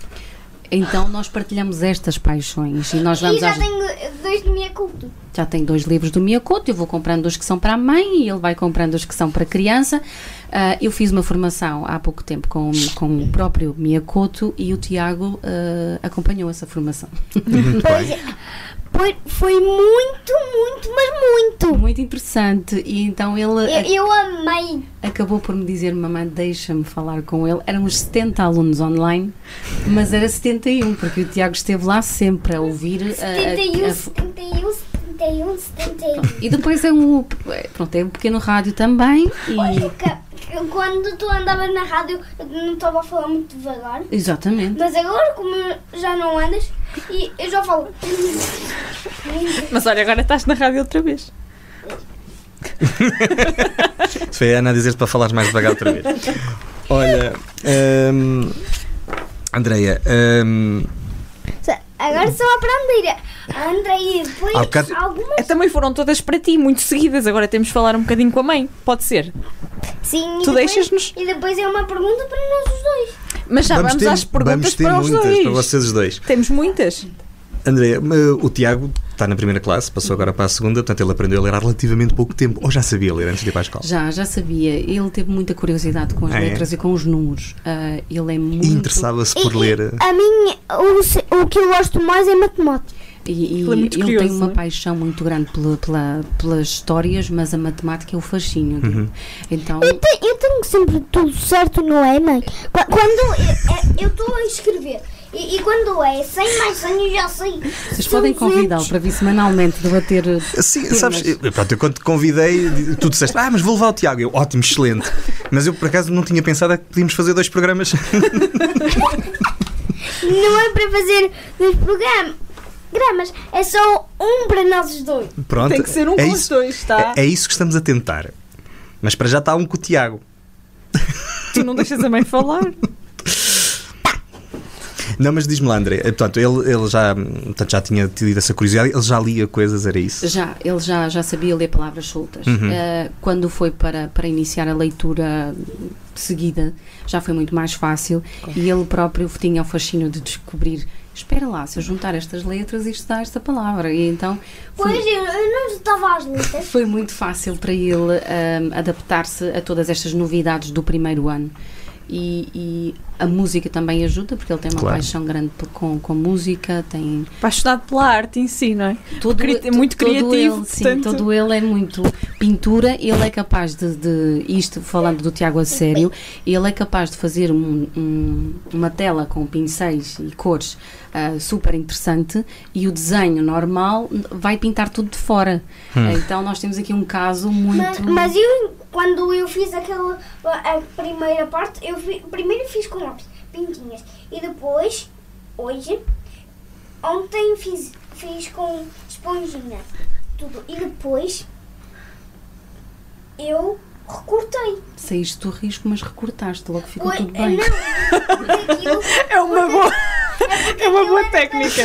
Speaker 3: então nós partilhamos estas paixões e nós
Speaker 4: E
Speaker 3: vamos
Speaker 4: já
Speaker 3: às-
Speaker 4: tenho dois de meia culpa.
Speaker 3: já tem dois livros do Miyakoto, eu vou comprando os que são para a mãe e ele vai comprando os que são para a criança. Ah, eu fiz uma formação há pouco tempo com, com o próprio Miyakoto e o Tiago ah, acompanhou essa formação.
Speaker 1: Muito bem.
Speaker 4: Foi, foi muito, muito, mas muito.
Speaker 3: Muito interessante. E então ele a-
Speaker 4: Eu, eu amei.
Speaker 3: acabou por me dizer: Mamãe, deixa-me falar com ele. Éramos 70 alunos online, mas era 71, porque o Tiago esteve lá sempre a ouvir. ah, a-
Speaker 4: Ah,
Speaker 3: a-
Speaker 4: 71,
Speaker 3: a-
Speaker 4: 71, 71, 71.
Speaker 3: E depois é um, pronto, é um pequeno rádio também. E,
Speaker 4: Que- que Quando tu andavas na rádio, eu não estava a falar muito devagar.
Speaker 3: exatamente.
Speaker 4: Mas agora, como já não andas, e eu já falo.
Speaker 2: Mas olha, agora estás na rádio outra vez.
Speaker 1: Se foi a Ana a dizer-te para falares mais devagar outra vez. Olha, hum, Andreia, hum,
Speaker 4: Agora só É, aprendi. André, e depois
Speaker 1: Há bocado-
Speaker 4: alguma.
Speaker 2: Eh, Também foram todas para ti, muito seguidas. Agora temos de falar um bocadinho com a mãe. Pode ser.
Speaker 4: Sim,
Speaker 2: Tu
Speaker 4: e depois-
Speaker 2: deixas-nos?
Speaker 4: E depois é uma pergunta para nós os dois.
Speaker 2: Mas já Tá, vamos,
Speaker 1: ter,
Speaker 2: às perguntas
Speaker 1: vamos ter
Speaker 2: para os
Speaker 1: muitas
Speaker 2: dois.
Speaker 1: para vocês os dois.
Speaker 2: Temos muitas.
Speaker 1: Andreia, hum, o Tiago está na primeira classe, passou agora para a segunda, portanto ele aprendeu a ler há relativamente pouco tempo, ou já sabia ler antes de ir para a escola.
Speaker 3: Já, já sabia. Ele teve muita curiosidade com as
Speaker 1: É.
Speaker 3: letras e com os números. Ah, ele é muito.
Speaker 1: E interessava-se por
Speaker 4: E-
Speaker 1: ler. eh,
Speaker 4: A mim, o, se- o que eu gosto mais é matemática.
Speaker 3: E, e
Speaker 2: Ele é muito
Speaker 3: ele
Speaker 2: curioso,
Speaker 3: tem uma
Speaker 2: não é?
Speaker 3: paixão muito grande pela, pela- pelas histórias, mas a matemática é o fascínio dele.
Speaker 1: Uhum.
Speaker 3: Então,
Speaker 4: Eu, te- eu tenho sempre tudo certo, não é, mãe? Qu- Quando eu- eu estou a escrever. E, e quando é 100 mais 100, eu já sei.
Speaker 3: vocês
Speaker 4: São
Speaker 3: podem
Speaker 4: 200.
Speaker 3: convidá-lo para vir semanalmente debater.
Speaker 1: Sim,
Speaker 3: temas.
Speaker 1: assim, sabes, eu, pronto, eu quando te convidei, tu disseste, ah, mas vou levar o Tiago. Eu, ótimo, excelente. Mas eu por acaso não tinha pensado é que podíamos fazer dois programas.
Speaker 4: Não é para fazer dois programas, gramas, é só um para nós os dois.
Speaker 1: Pronto.
Speaker 2: Tem que ser um
Speaker 1: é
Speaker 2: com os
Speaker 1: isso,
Speaker 2: dois, tá?
Speaker 1: É, é isso que estamos a tentar. Mas para já está um com o Tiago.
Speaker 2: Tu não deixas a mãe falar.
Speaker 1: Não, mas diz-me lá, André. eh, Portanto, ele, ele já, hum, portanto, já tinha tido essa curiosidade, ele já lia coisas, era isso.
Speaker 3: Já, ele já, já sabia ler palavras soltas. Ah, quando foi para, para iniciar a leitura seguida, já foi muito mais fácil e ele próprio tinha o fascínio de descobrir. Espera lá, se eu juntar estas letras, isto dá esta palavra. E então foi,
Speaker 4: Pois eu, eu não estava às letras.
Speaker 3: foi muito fácil para ele ahm, adaptar-se a todas estas novidades do primeiro ano. E, e a música também ajuda, porque ele tem uma
Speaker 1: Claro.
Speaker 3: paixão grande por- com, com música, tem
Speaker 2: Apaixonado pela arte em si, não é?
Speaker 3: todo,
Speaker 2: Cri-
Speaker 3: to-
Speaker 2: muito
Speaker 3: todo
Speaker 2: criativo,
Speaker 3: Ele, sim,
Speaker 2: portanto-
Speaker 3: todo ele é muito pintura. Ele é capaz de, de- isto falando do Tiago a sério, ele é capaz de fazer um- um- uma tela com pincéis e cores ah, super interessante e o desenho normal vai pintar tudo de fora. Então nós temos aqui um caso
Speaker 4: Mas,
Speaker 3: muito.
Speaker 4: mas eu, quando eu fiz aquela a primeira parte, eu fi- primeiro fiz com lápis, pintinhas. E depois, hoje, ontem fiz, fiz com esponjinha, tudo. E depois, eu recortei.
Speaker 3: Saíste do risco, mas recortaste, logo ficou
Speaker 4: Oi,
Speaker 3: tudo bem.
Speaker 4: Não, aquilo
Speaker 2: É uma boa. É uma boa técnica.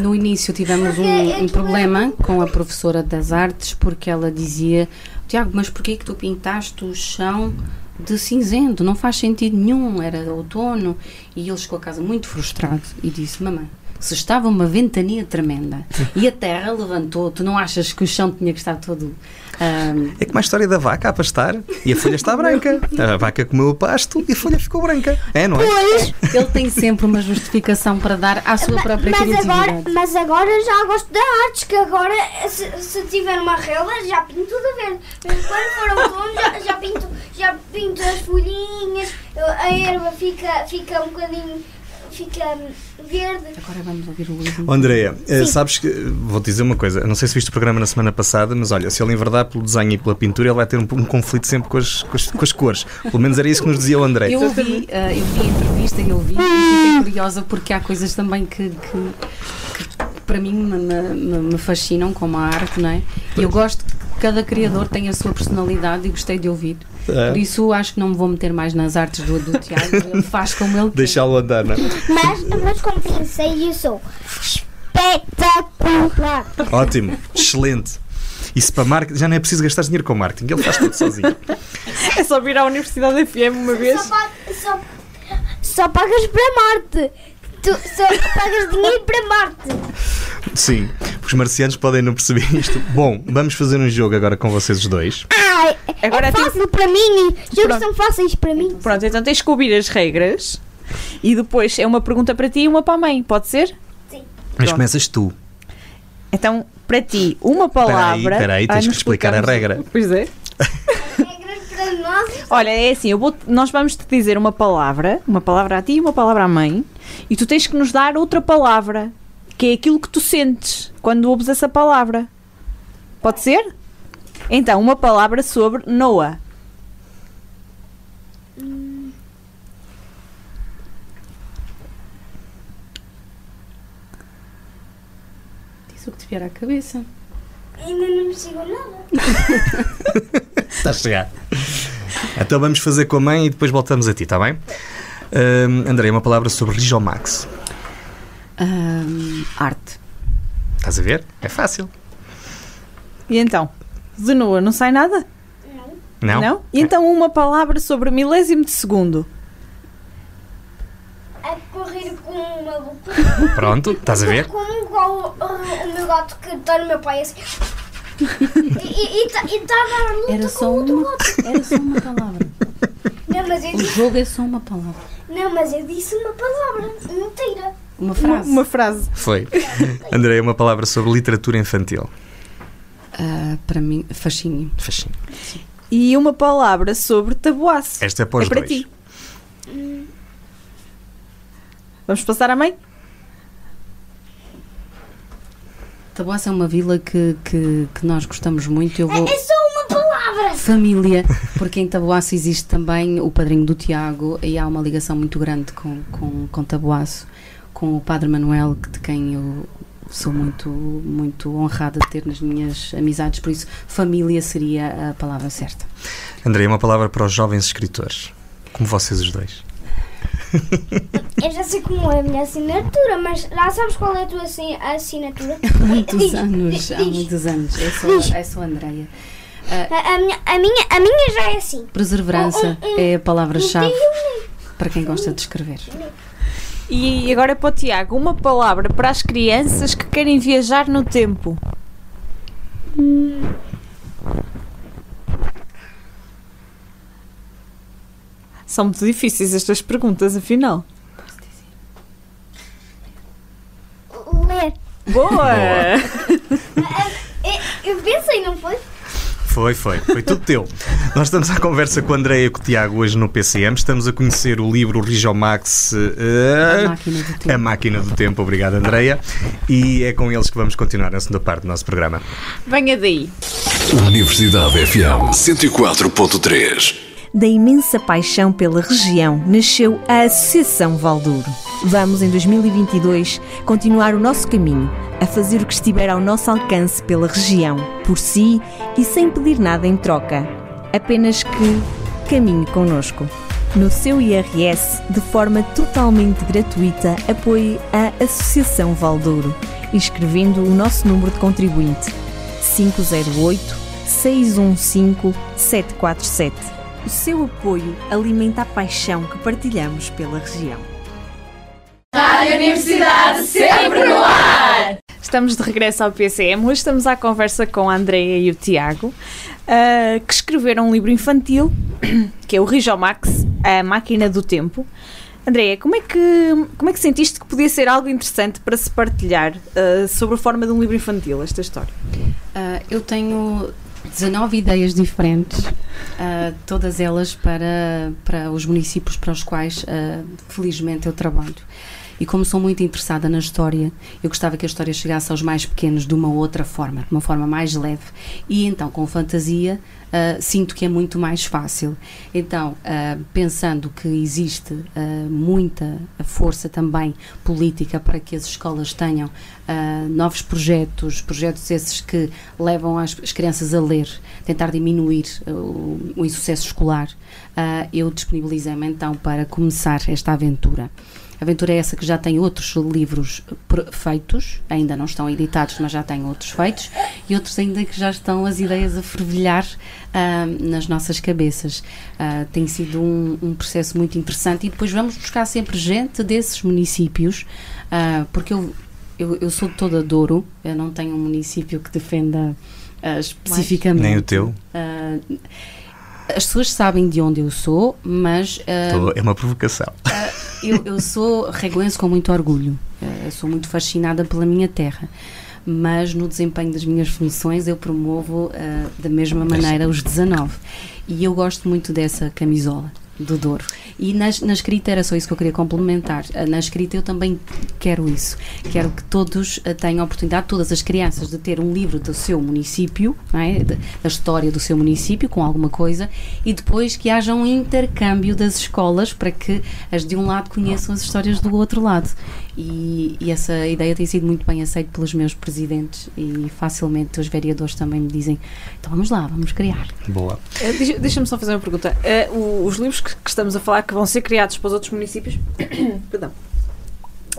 Speaker 3: No início tivemos
Speaker 4: É,
Speaker 3: um, um problema com a professora das artes porque ela dizia Tiago, mas porquê que tu pintaste o chão de cinzento? Não faz sentido nenhum, era outono. E ele chegou a casa muito frustrado e disse, mamãe, se estava uma ventania tremenda e a terra levantou, tu não achas que o chão tinha que estar todo... ahm,
Speaker 1: É como a história da vaca a pastar e a folha está branca. A vaca comeu o pasto e a folha ficou branca. É, não é?
Speaker 4: Pois,
Speaker 3: ele tem sempre uma justificação para dar à sua própria
Speaker 4: mas
Speaker 3: criatividade.
Speaker 4: agora, mas agora já gosto da artes, que agora se, se tiver uma relva já pinto tudo a verde. Mas Quando for outono já, já, pinto, já pinto as folhinhas, a erva fica, fica um bocadinho fica hum, verde.
Speaker 3: Agora vamos ouvir o Luís.
Speaker 1: Oh, Andreia, eh, sabes que. Vou dizer uma coisa. eu Não sei se viste o programa na semana passada, mas olha, se ele enverdar pelo desenho e pela pintura, ele vai ter um, um conflito sempre com as, com, as, com as cores. Pelo menos era isso que nos dizia o André.
Speaker 3: Eu vi, ah, eu vi a entrevista e eu vi e fiquei curiosa porque há coisas também que, que- que para mim me, me- me fascinam, como a arte, não é? E eu gosto que cada criador tem a sua personalidade e gostei de ouvir.
Speaker 1: É.
Speaker 3: Por isso acho que não me vou meter mais nas artes do, do Tiago, ele faz como ele quer.
Speaker 1: Deixá-lo andar, não é?
Speaker 4: Mas, mas como pensei, eu sou espetacular.
Speaker 1: Ótimo, excelente. Isso para marketing, já não é preciso gastar dinheiro com marketing, ele faz tudo sozinho.
Speaker 2: É só vir à Universidade FM uma vez.
Speaker 4: Só, pa- só, só pagas para Marte. Tu só pagas dinheiro para Marte.
Speaker 1: Sim, os marcianos podem não perceber isto. Bom, vamos fazer um jogo agora com vocês os dois.
Speaker 4: Ah, é-
Speaker 2: Agora
Speaker 4: é
Speaker 2: tem-
Speaker 4: fácil para mim. Jogos
Speaker 2: Pronto.
Speaker 4: são fáceis para mim.
Speaker 2: Pronto, então tens que ouvir as regras. E depois é uma pergunta para ti e uma para a mãe, pode ser?
Speaker 1: Mas começas tu.
Speaker 2: Então, para ti, uma
Speaker 1: Espera
Speaker 2: palavra.
Speaker 1: aí, espera aí,
Speaker 2: Ai,
Speaker 1: tens
Speaker 2: não
Speaker 1: que explicar a
Speaker 2: explicamos.
Speaker 1: regra.
Speaker 6: Pois é.
Speaker 4: Regras para nós.
Speaker 2: Olha, é assim, eu vou, nós vamos te dizer uma palavra, uma palavra a ti e uma palavra à mãe, e tu tens que nos dar outra palavra, que é aquilo que tu sentes quando ouves essa palavra. Pode ser? Então, uma palavra sobre Noah.
Speaker 3: Diz o que te vier à cabeça.
Speaker 4: Ainda não me chegou nada.
Speaker 1: Está a chegar. Então vamos fazer com a mãe e depois voltamos a ti, está bem? Hum, André, uma palavra sobre Rijomax.
Speaker 3: Ahm, arte.
Speaker 1: Estás a ver? É fácil.
Speaker 2: E então? De Noah não sai nada?
Speaker 1: Não? É.
Speaker 2: E então, uma palavra sobre milésimo de segundo.
Speaker 4: A É correr com um maluco.
Speaker 1: Pronto, estás Tá a ver?
Speaker 4: Como igual o, o meu gato que está no meu pai assim. E está a dar luta
Speaker 3: Era
Speaker 4: com
Speaker 3: só
Speaker 4: o outro
Speaker 3: uma,
Speaker 4: gato.
Speaker 3: era só uma palavra.
Speaker 4: Não mas, eu
Speaker 3: O
Speaker 4: disse,
Speaker 3: jogo é só uma palavra.
Speaker 4: não, mas eu disse uma palavra inteira.
Speaker 3: Uma
Speaker 2: Uma,
Speaker 3: frase.
Speaker 2: uma frase.
Speaker 1: Foi. André, uma palavra sobre literatura infantil.
Speaker 3: Ah, para mim, fascínio.
Speaker 1: Fascínio.
Speaker 2: E uma palavra sobre tabuaço.
Speaker 1: Esta é para os
Speaker 2: é para
Speaker 1: dois.
Speaker 2: ti. Vamos passar à mãe?
Speaker 3: Taboas é uma vila que, que, que nós gostamos muito. Eu vou...
Speaker 4: É só uma palavra.
Speaker 3: Família, porque em Taboaço existe também o padrinho do Tiago e há uma ligação muito grande com, com, com Taboaço, com o Padre Manuel, que- de quem eu sou muito, muito honrada de ter nas minhas amizades, por isso família seria a palavra certa.
Speaker 1: André, uma palavra para os jovens escritores. Como vocês os dois.
Speaker 4: Eu já sei como é a minha assinatura, mas já sabes qual é a tua assin- a assinatura?
Speaker 3: Muitos
Speaker 4: Diz,
Speaker 3: anos,
Speaker 4: diz,
Speaker 3: há
Speaker 4: diz.
Speaker 3: muitos anos, é só, é só Andreia.
Speaker 4: A, a minha, a, minha, a minha já é assim.
Speaker 3: Perseverança
Speaker 4: Um, um, um.
Speaker 3: é a palavra-chave
Speaker 4: Não tem um.
Speaker 3: para quem gosta de escrever.
Speaker 2: E agora para o Tiago, uma palavra para as crianças que querem viajar no tempo. São muito difíceis estas perguntas, afinal.
Speaker 4: Ler.
Speaker 2: Boa!
Speaker 4: É, Eu, eu pensei, não foi?
Speaker 1: Foi, foi. Foi tudo teu. Nós estamos à conversa com o André e com o Tiago hoje no PCM. Estamos a conhecer o livro Rijomax. eh,
Speaker 3: A máquina do
Speaker 1: A
Speaker 3: tempo.
Speaker 1: Máquina do Tempo. Obrigado, Andreia. E é com eles que vamos continuar a segunda parte do nosso programa.
Speaker 2: Venha daí!
Speaker 7: Universidade FM 104.3.
Speaker 8: Da imensa paixão pela região nasceu a Associação Valdouro. Vamos, em 2022, continuar o nosso caminho, a fazer o que estiver ao nosso alcance pela região, por si e sem pedir nada em troca. Apenas que caminhe connosco. No seu IRS, de forma totalmente gratuita, apoie a Associação Valdouro, inscrevendo o nosso número de contribuinte 508 615 747. O seu apoio alimenta a paixão que partilhamos pela região.
Speaker 2: Estamos de regresso ao PCM. Hoje estamos à conversa com a Andreia e o Tiago, ah, que escreveram um livro infantil, que é o Rijomax, A Máquina do Tempo. Andreia, como é que, como é que sentiste que podia ser algo interessante para se partilhar ah, sobre a forma de um livro infantil, esta história?
Speaker 3: Ah, eu tenho 19 ideias diferentes, ah, todas elas para, para os municípios para os quais, ah, felizmente, eu trabalho. E como sou muito interessada na história, eu gostava que a história chegasse aos mais pequenos de uma outra forma, de uma forma mais leve. E então, com fantasia, ah, sinto que é muito mais fácil. Então, ah, pensando que existe ah, muita força também política para que as escolas tenham ah, novos projetos, projetos esses que levam as, as crianças a ler, tentar diminuir ah, o, o insucesso escolar, ah, eu disponibilizei-me então para começar esta aventura. Aventura é essa que já tem outros livros pre- feitos, ainda não estão editados, mas já tem outros feitos, e outros ainda que já estão as ideias a fervilhar ah, nas nossas cabeças. Ah, tem sido um, um processo muito interessante e depois vamos buscar sempre gente desses municípios, ah, porque eu, eu, eu sou de toda Douro, eu não tenho um município que defenda ah, especificamente.
Speaker 1: Nem o teu.
Speaker 3: Ah, as pessoas sabem de onde eu sou, mas ah,
Speaker 1: Tô- É uma provocação.
Speaker 3: Ah, eu, eu sou reguense com muito orgulho. Eh, sou muito fascinada pela minha terra. mas no desempenho das minhas funções eu promovo ah, da mesma maneira os 19. E eu gosto muito dessa camisola do Douro. E nas- na escrita era só isso que eu queria complementar. Ah, Na escrita eu também quero isso. Quero que todos ah, tenham a oportunidade, todas as crianças, de ter um livro do seu município, não é? De- da história do seu município, com alguma coisa, e depois que haja um intercâmbio das escolas para que as de um lado conheçam as histórias do outro lado. E, e essa ideia tem sido muito bem aceita pelos meus presidentes e facilmente os vereadores também me dizem: então vamos lá, vamos criar.
Speaker 1: Boa.
Speaker 2: Eh, deixa- Deixa-me só fazer uma pergunta. Eh, o- os livros que, que estamos a falar, que vão ser criados para os outros municípios, perdão,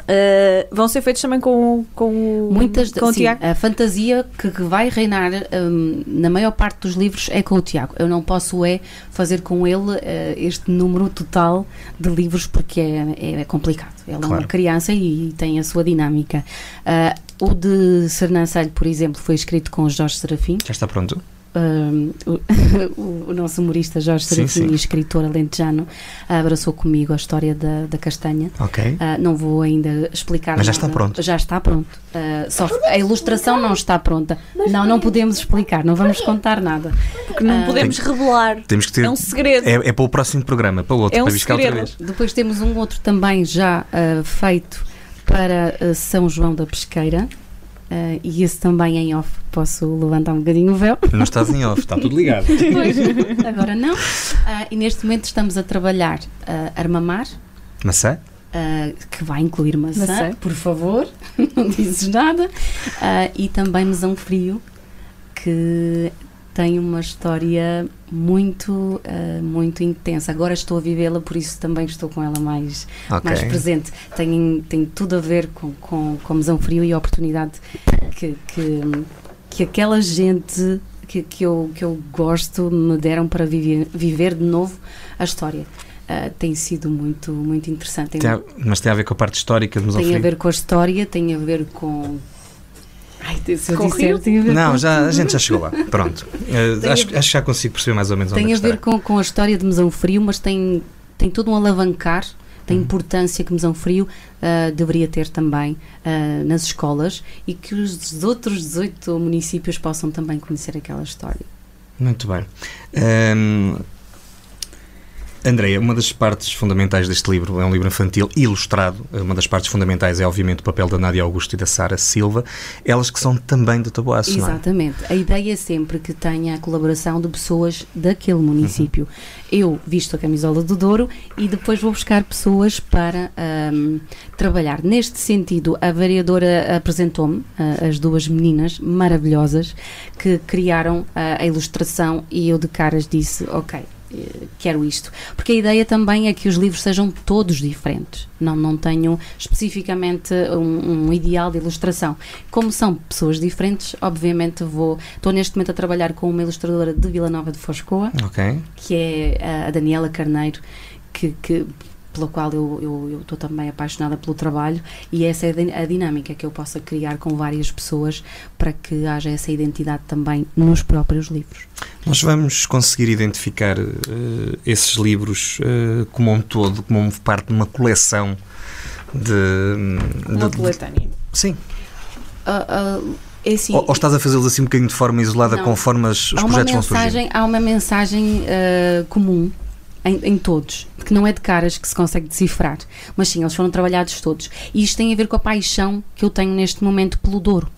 Speaker 2: eh, vão ser feitos também com, com, o-
Speaker 3: Muitas
Speaker 2: com o
Speaker 3: sim,
Speaker 2: Tiago?
Speaker 3: a fantasia que, que vai reinar hum, na maior parte dos livros é com o Tiago. Eu não posso é fazer com ele eh, este número total de livros porque é, é- é complicado. Ele é
Speaker 1: Claro.
Speaker 3: uma criança e, tem a sua dinâmica. Ah, o de Sernancelho, por exemplo, foi escrito com o Jorge Serafim.
Speaker 1: Já está pronto?
Speaker 3: Um, o, o nosso humorista Jorge
Speaker 1: Sim,
Speaker 3: Serafim,
Speaker 1: sim.
Speaker 3: escritor alentejano, abraçou comigo a história da, da castanha.
Speaker 1: Ok.
Speaker 3: Ah, não vou ainda explicar.
Speaker 1: Mas já
Speaker 3: nada.
Speaker 1: está pronto.
Speaker 3: Já está pronto. Ah, só a ilustração não está pronta. Não, não podemos explicar, não vamos contar nada.
Speaker 2: Porque não
Speaker 3: eh,
Speaker 2: podemos revelar.
Speaker 1: Temos que ter.
Speaker 2: É um segredo.
Speaker 1: É, é para o próximo programa, para o outro,
Speaker 2: É um
Speaker 1: para buscar outra
Speaker 2: segredo.
Speaker 1: vez.
Speaker 3: Depois temos um outro também já ah, feito para ah, São João da Pesqueira. Ah, e esse também em off posso levantar um bocadinho o véu.
Speaker 1: Não estás em off, está tudo ligado.
Speaker 3: Pois, agora não. Ah, e neste momento estamos a trabalhar ah, Armamar,
Speaker 1: Maçã?
Speaker 3: ah, que vai incluir maçã,
Speaker 2: Maçã.
Speaker 3: por favor, não dizes nada, Ah, e também Mesão Frio, que tem uma história muito, ah, muito intensa. Agora estou a vivê-la, por isso também estou com ela mais,
Speaker 1: Ok.
Speaker 3: mais presente. Tem, tem tudo a ver com, com, com Mesão Frio e a oportunidade que, que, que aquela gente que, que, eu, que eu gosto me deram para viver, viver de novo a história. Ah, tem sido muito, muito interessante. Tem,
Speaker 1: Tem a- mas tem a ver com a parte histórica do Museu
Speaker 3: tem a
Speaker 1: Frio?
Speaker 3: ver com a história, tem a ver com. Ai, se eu
Speaker 2: Com o
Speaker 3: disser,
Speaker 2: Rio?
Speaker 3: tem a ver
Speaker 1: Não,
Speaker 3: com
Speaker 1: já, a gente já chegou lá. Pronto. Eh,
Speaker 3: Tem a
Speaker 1: acho,
Speaker 3: ver-
Speaker 1: acho que já consigo perceber mais ou menos onde
Speaker 3: tem
Speaker 1: é
Speaker 3: a
Speaker 1: que
Speaker 3: ver
Speaker 1: estará.
Speaker 3: com, com a história de Mesão Frio, mas tem, tem todo um alavancar da importância que Mesão Frio ah, deveria ter também ah, nas escolas e que os outros 18 municípios possam também conhecer aquela história.
Speaker 1: Muito bem. Ahm, Andreia, uma das partes fundamentais deste livro é um livro infantil ilustrado. Uma das partes fundamentais é, obviamente, o papel da Nádia Augusto e da Sara Silva, elas que são também do Taboaço, não é?
Speaker 3: Exatamente. A ideia é sempre que tenha a colaboração de pessoas daquele município.
Speaker 1: Uhum.
Speaker 3: Eu visto a camisola do Douro e depois vou buscar pessoas para ahm, trabalhar. Neste sentido, a vereadora apresentou-me ah, as duas meninas maravilhosas que criaram ah, a ilustração e eu de caras disse, ok, eh, quero isto. Porque a ideia também é que os livros sejam todos diferentes. Não, não tenho especificamente um, um ideal de ilustração. Como são pessoas diferentes, obviamente vou. Estou neste momento a trabalhar com uma ilustradora de Vila Nova de Foscoa,
Speaker 1: Ok.
Speaker 3: que é a- a Daniela Carneiro, que. que pela qual eu eu- eu estou também apaixonada pelo trabalho e essa é a din- a dinâmica que eu possa criar com várias pessoas para que haja essa identidade também nos próprios livros.
Speaker 1: Nós vamos conseguir identificar eh, esses livros eh, como um todo, como uma parte de uma coleção de.
Speaker 2: Uma
Speaker 1: de-
Speaker 2: coletânea.
Speaker 1: sim.
Speaker 3: Ah, ah, é assim,
Speaker 1: Ou, ou estás a fazê-los assim um bocadinho de forma isolada,
Speaker 3: Não.
Speaker 1: conforme as- os
Speaker 3: há uma
Speaker 1: projetos vão surgindo?
Speaker 3: mensagem, há uma mensagem ah, comum em, em todos, que não é de caras que se consegue decifrar, mas sim, eles foram trabalhados todos. E isto tem a ver com a paixão que eu tenho neste momento pelo Douro.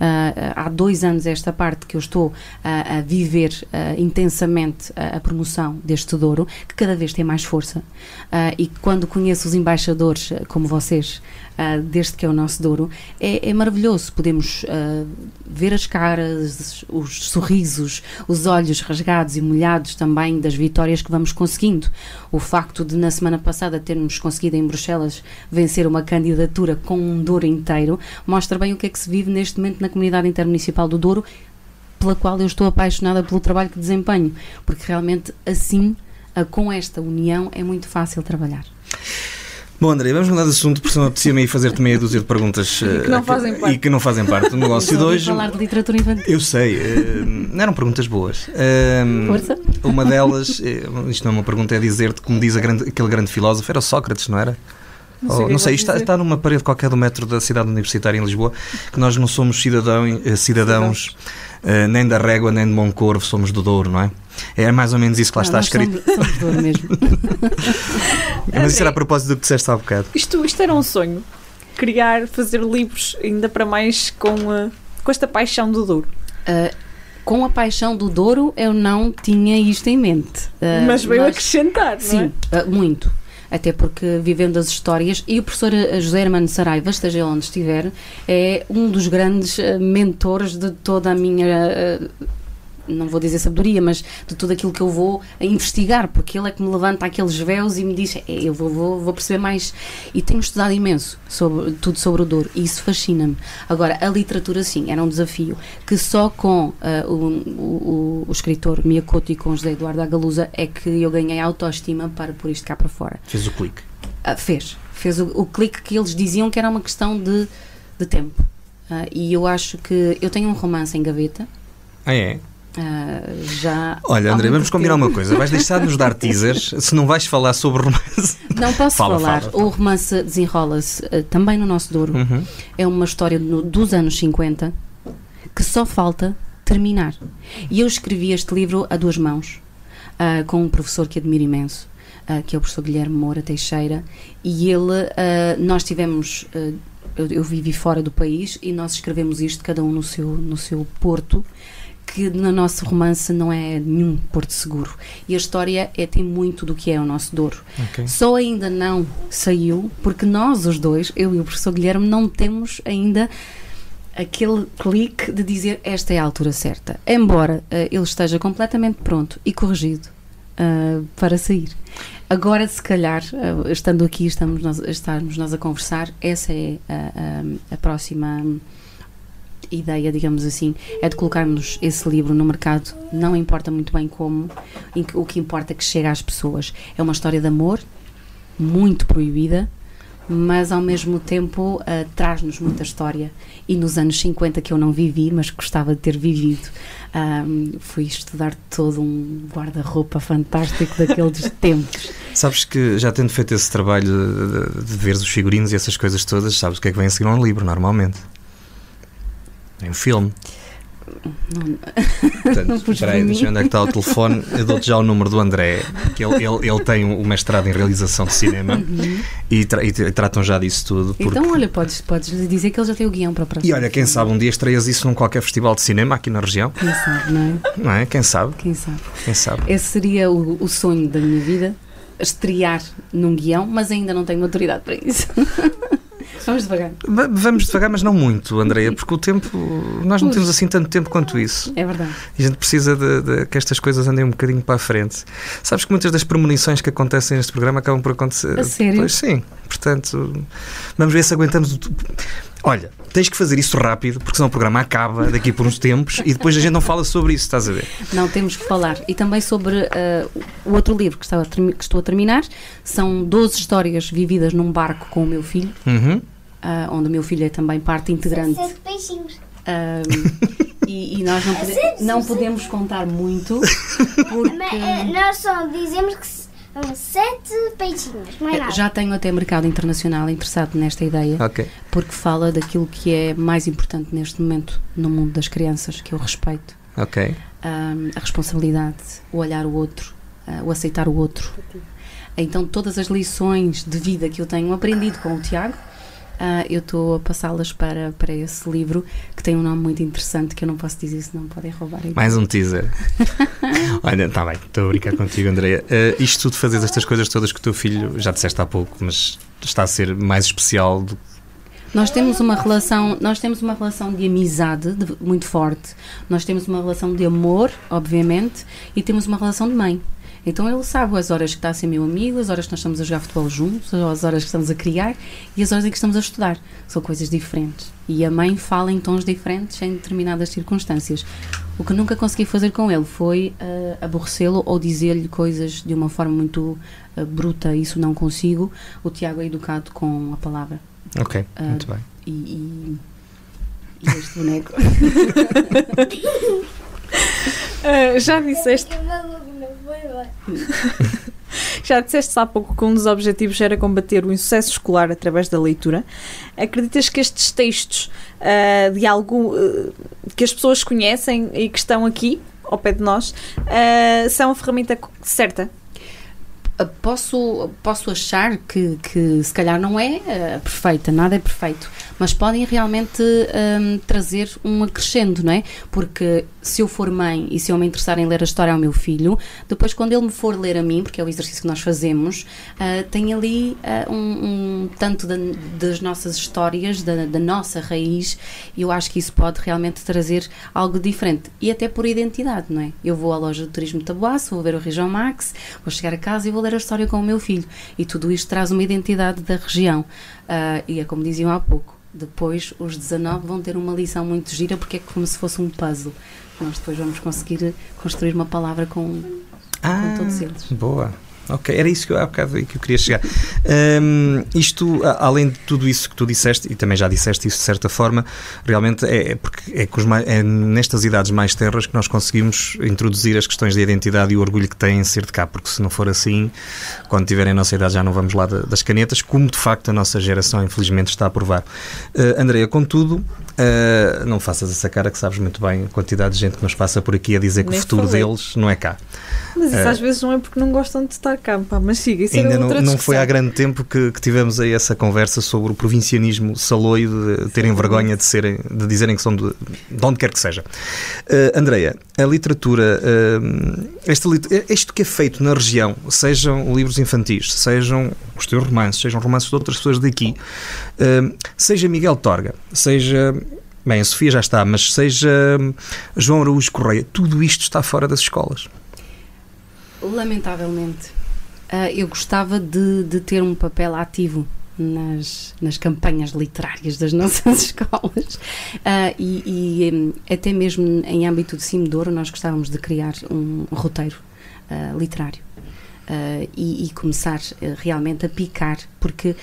Speaker 3: Ah, ah, há dois anos esta parte que eu estou ah, a viver ah, intensamente a, a promoção deste Douro, que cada vez tem mais força. Ah, e quando conheço os embaixadores ah, como vocês, ah, deste que é o nosso Douro, é, é maravilhoso. Podemos ah, ver as caras, os sorrisos, os olhos rasgados e molhados também das vitórias que vamos conseguindo. O facto de, na semana passada, termos conseguido em Bruxelas vencer uma candidatura com um Douro inteiro mostra bem o que é que se vive neste momento na comunidade intermunicipal do Douro, pela qual eu estou apaixonada pelo trabalho que desempenho, porque realmente assim, ah, com esta união, é muito fácil trabalhar.
Speaker 1: Bom, André, vamos mudar de assunto, porque senão apetecia-me aí fazer-te meia dúzia de perguntas eh,
Speaker 2: que não fazem parte.
Speaker 1: e que não fazem parte do negócio
Speaker 3: Vamos
Speaker 1: de
Speaker 3: ouvir
Speaker 1: hoje.
Speaker 3: falar de literatura infantil.
Speaker 1: Eu sei, eh, não eram perguntas boas. Ahm,
Speaker 3: Força.
Speaker 1: Uma delas, eh, isto não é uma pergunta, é dizer-te, como diz a grande- aquele grande filósofo, era o Sócrates, não era? Ou- Não sei, isto está, está numa parede qualquer do metro da cidade universitária em Lisboa, que nós não somos cidadão, eh, cidadãos eh, nem da Régua nem de Bom Corvo, somos do Douro, não é? É mais ou menos isso que lá está
Speaker 3: Não, nós
Speaker 1: escrito.
Speaker 3: somos- somos dor mesmo.
Speaker 1: Mas isso
Speaker 2: André.
Speaker 1: era a propósito do que disseste há bocado.
Speaker 2: Isto, isto era um sonho. Criar, fazer livros, ainda para mais com, eh, com esta paixão do Douro.
Speaker 3: Uh, com a paixão do Douro, eu não tinha isto em mente. Uh,
Speaker 2: mas veio acrescentar, não é?
Speaker 3: Sim, uh, muito. Até porque vivendo as histórias, e o professor uh, José Hermano Saraiva, esteja ele onde estiver, é um dos grandes uh, mentores de toda a minha. uh, não vou dizer sabedoria, mas de tudo aquilo que eu vou a investigar, porque ele é que me levanta aqueles véus e me diz, "É, eu vou, vou, vou perceber mais. E tenho estudado imenso sobre tudo sobre o Douro, e isso fascina-me. Agora, a literatura, sim, era um desafio que só com ah, o, o, o escritor Miyakoto e com José Eduardo Agalusa é que eu ganhei autoestima para pôr isto cá para fora.
Speaker 1: Fez o clique.
Speaker 3: Ah, fez. Fez o, o clique que eles diziam que era uma questão de, de tempo. Ah, e eu acho que. Eu tenho um romance em gaveta.
Speaker 1: Ah, é?
Speaker 3: ah, já.
Speaker 1: Olha,
Speaker 3: há
Speaker 1: André,
Speaker 3: muito
Speaker 1: vamos combinar
Speaker 3: tempo.
Speaker 1: uma coisa. Vais deixar de nos dar teasers se não vais falar sobre romance.
Speaker 3: Não posso
Speaker 1: Fala,
Speaker 3: falar.
Speaker 1: fala, fala.
Speaker 3: O romance desenrola-se eh, também no nosso Douro.
Speaker 1: Uhum.
Speaker 3: É uma história no- dos anos 50 que só falta terminar. E eu escrevi este livro a duas mãos, ah, com um professor que admiro imenso, ah, que é o professor Guilherme Moura Teixeira, e ele, ah, nós tivemos. ah, eu, eu vivi fora do país e nós escrevemos isto cada um no seu, no seu porto que no nosso romance não é nenhum porto seguro e a história é, tem muito do que é o nosso Douro
Speaker 1: Ok.
Speaker 3: só ainda não saiu porque nós os dois, eu e o professor Guilherme não temos ainda aquele clique de dizer esta é a altura certa, embora eh, ele esteja completamente pronto e corrigido ah, para sair agora se calhar, ah, estando aqui estamos nós, estarmos nós a conversar essa é a, a- a próxima hum, ideia, digamos assim, é de colocarmos esse livro no mercado, não importa muito bem como, em que- o que importa é que chegue às pessoas. É uma história de amor, muito proibida, mas ao mesmo tempo ah, traz-nos muita história. E nos anos 50 que eu não vivi, mas gostava de ter vivido, ah, fui estudar todo um guarda-roupa fantástico daqueles tempos.
Speaker 1: Sabes que já tendo feito esse trabalho de, de- de ver os figurinos e essas coisas todas, sabes o que é que vem a seguir a um livro, normalmente. É um filme.
Speaker 3: Não-
Speaker 1: Portanto,
Speaker 3: Pois
Speaker 1: espera aí,
Speaker 3: para mim.
Speaker 1: deixa eu ver onde é que está o telefone. Eu dou-te já o número do André, que ele, ele, ele tem o mestrado em realização de cinema e, tra- e te- tratam já disso tudo. porque-
Speaker 3: Uhum. Então, olha, podes, podes lhe dizer que ele já tem o guião para o próximo.
Speaker 1: E olha, quem sabe um dia estreias isso num qualquer festival de cinema aqui na região,
Speaker 3: Quem sabe, não é?
Speaker 1: não é? Quem sabe?
Speaker 3: Quem sabe.
Speaker 1: Quem sabe?
Speaker 3: Esse seria o, o sonho da minha vida, estrear num guião, mas ainda não tenho maturidade para isso. Vamos devagar.
Speaker 1: Va- Vamos devagar, mas não muito, Andréia,
Speaker 3: Uhum.
Speaker 1: porque o tempo. Nós não temos assim tanto tempo quanto isso.
Speaker 3: É verdade.
Speaker 1: E a gente precisa de, de que estas coisas andem um bocadinho para a frente. Sabes que muitas das premonições que acontecem neste programa acabam por acontecer.
Speaker 3: A sério?
Speaker 1: Pois sim. Portanto, vamos ver se aguentamos. o tu- Olha, tens que fazer isso rápido, porque senão o programa acaba daqui por uns tempos e depois a gente não fala sobre isso, estás a ver?
Speaker 3: Não, temos que falar. E também sobre ah, o outro livro que, estava a termi- que estou a terminar. São 12 histórias vividas num barco com o meu filho,
Speaker 1: Uhum.
Speaker 3: ah, onde o meu filho é também parte integrante.
Speaker 4: Sete peixinhos.
Speaker 3: Ah, e, e nós não, pode- não podemos contar muito,
Speaker 4: Mas,
Speaker 3: porque...
Speaker 4: eh, nós só dizemos que se- são sete peixinhos, não é nada.
Speaker 3: Já tenho até mercado internacional interessado nesta ideia.
Speaker 1: Ok.
Speaker 3: porque fala daquilo que é mais importante neste momento no mundo das crianças, que é o respeito,
Speaker 1: Ok.
Speaker 3: ahm, hum, a responsabilidade, o olhar o outro, ah, o aceitar o outro. Então, todas as lições de vida que eu tenho aprendido com o Tiago, ah, eu estou a passá-las para, para esse livro que tem um nome muito interessante que eu não posso dizer, senão podem roubar. aí.
Speaker 1: Mais um teaser. Olha, está bem, estou a brincar contigo, Andréia. Eh, isto tudo, fazes estas coisas todas que o teu filho, já disseste há pouco, mas está a ser mais especial do
Speaker 3: Nós temos uma relação, nós temos uma relação de amizade de- muito forte. Nós temos uma relação de amor, obviamente, e temos uma relação de mãe. Então ele sabe as horas que está a ser meu amigo, as horas que nós estamos a jogar futebol juntos, as horas que estamos a criar e as horas em que estamos a estudar. São coisas diferentes. E a mãe fala em tons diferentes em determinadas circunstâncias. O que nunca consegui fazer com ele foi ah, aborrecê-lo ou dizer-lhe coisas de uma forma muito ah, bruta. Isso não consigo. O Tiago é educado com a palavra
Speaker 1: Ok,
Speaker 3: Ah,
Speaker 1: muito bem.
Speaker 3: e, e- e este boneco.
Speaker 2: Ah, já disseste
Speaker 4: Fica maluco, não foi, vai.
Speaker 2: Já disseste há pouco que um dos objetivos era combater o insucesso escolar através da leitura. Acreditas que estes textos ah, de algum ah, que as pessoas conhecem e que estão aqui ao pé de nós ah, são a ferramenta co- certa?
Speaker 3: Uh, Posso, posso achar que, que se calhar não é uh, perfeita, nada é perfeito, mas podem realmente um, trazer um acrescento, não é? Porque se eu for mãe e se eu me interessar em ler a história ao meu filho, depois quando ele me for ler a mim, porque é o exercício que nós fazemos, uh, tem ali uh, um, um tanto da- das nossas histórias, da, da nossa raiz, e eu acho que isso pode realmente trazer algo diferente. E até por identidade, não é? Eu vou à loja de turismo de Taboaço, vou ver o Região Max, vou chegar a casa e vou ler a história com o meu filho. E tudo isto traz uma identidade da região. Ah, e é como diziam há pouco, depois os 19 vão ter uma lição muito gira, porque é como se fosse um puzzle. Nós depois vamos conseguir construir uma palavra com, com todos eles.
Speaker 1: Ah, Boa. Ok, era isso que eu, há bocado aí que eu queria chegar. Hum, isto, a- além de tudo isso que tu disseste, e também já disseste isso de certa forma, realmente é, é porque é, com os mai- é nestas idades mais terras que nós conseguimos introduzir as questões de identidade e o orgulho que têm em ser de cá, porque se não for assim, quando tiverem a nossa idade já não vamos lá da- das canetas, como de facto a nossa geração infelizmente está a provar. Eh, Andreia, contudo, eh, não faças essa cara que sabes muito bem a quantidade de gente que nos passa por aqui a dizer que
Speaker 2: Nem
Speaker 1: o futuro
Speaker 2: falei.
Speaker 1: deles não é cá.
Speaker 2: Mas isso
Speaker 1: É.
Speaker 2: às vezes não é porque não gostam de estar cá, pá, mas siga, isso
Speaker 1: Ainda
Speaker 2: era
Speaker 1: não,
Speaker 2: outra
Speaker 1: não foi há
Speaker 2: discussão.
Speaker 1: grande tempo que, que tivemos aí essa conversa sobre o provincianismo saloio de terem vergonha de, serem, de dizerem que são de, de onde quer que seja. Eh, Andreia, a literatura, eh, esta lit- eh, isto que é feito na região, sejam livros infantis, sejam os teus romances, sejam romances de outras pessoas daqui, eh, seja Miguel Torga, seja. Bem, a Sofia já está, mas seja João Araújo Correia, tudo isto está fora das escolas.
Speaker 3: Lamentavelmente. Ah, eu gostava de, de ter um papel ativo nas, nas campanhas literárias das nossas escolas Ah, e, e, hum, até mesmo em âmbito de Cimedouro nós gostávamos de criar um roteiro ah, literário Ah, e, e começar eh, realmente a picar, porque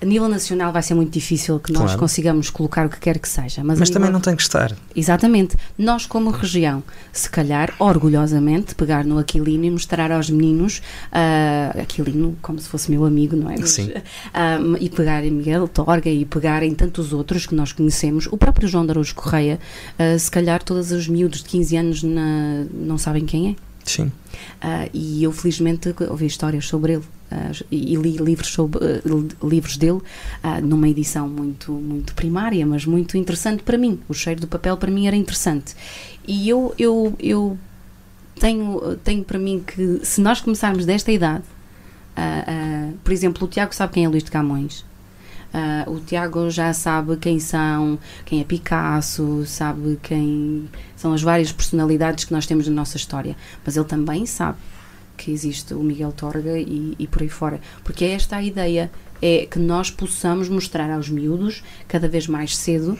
Speaker 3: a nível nacional vai ser muito difícil que nós
Speaker 1: Claro.
Speaker 3: consigamos colocar o que quer que seja. Mas, a
Speaker 1: Mas também
Speaker 3: nível-
Speaker 1: não tem que estar.
Speaker 3: Exatamente. Nós, como região, se calhar, orgulhosamente, pegar no Aquilino e mostrar aos meninos, ah, Aquilino, como se fosse meu amigo, não é? Mas,
Speaker 1: Sim.
Speaker 3: ah, e pegar em Miguel Torga e pegar em tantos outros que nós conhecemos. O próprio João de Araújo Correia, ah, se calhar, todos os miúdos de 15 anos na- não sabem quem é.
Speaker 1: Sim.
Speaker 3: Ah, e eu, felizmente, ouvi histórias sobre ele. ah, e e li livros, sobre, ah, li- livros dele ah, numa edição muito, muito primária, mas muito interessante para mim. O cheiro do papel para mim era interessante. E eu, eu, eu tenho, tenho para mim que se nós começarmos desta idade, ah, ah, por exemplo, o Tiago sabe quem é Luís de Camões. Ah, o Tiago já sabe quem são, quem é Picasso, sabe quem são as várias personalidades que nós temos na nossa história. Mas ele também sabe que existe o Miguel Torga e, e por aí fora. Porque é esta a ideia, é que nós possamos mostrar aos miúdos, cada vez mais cedo,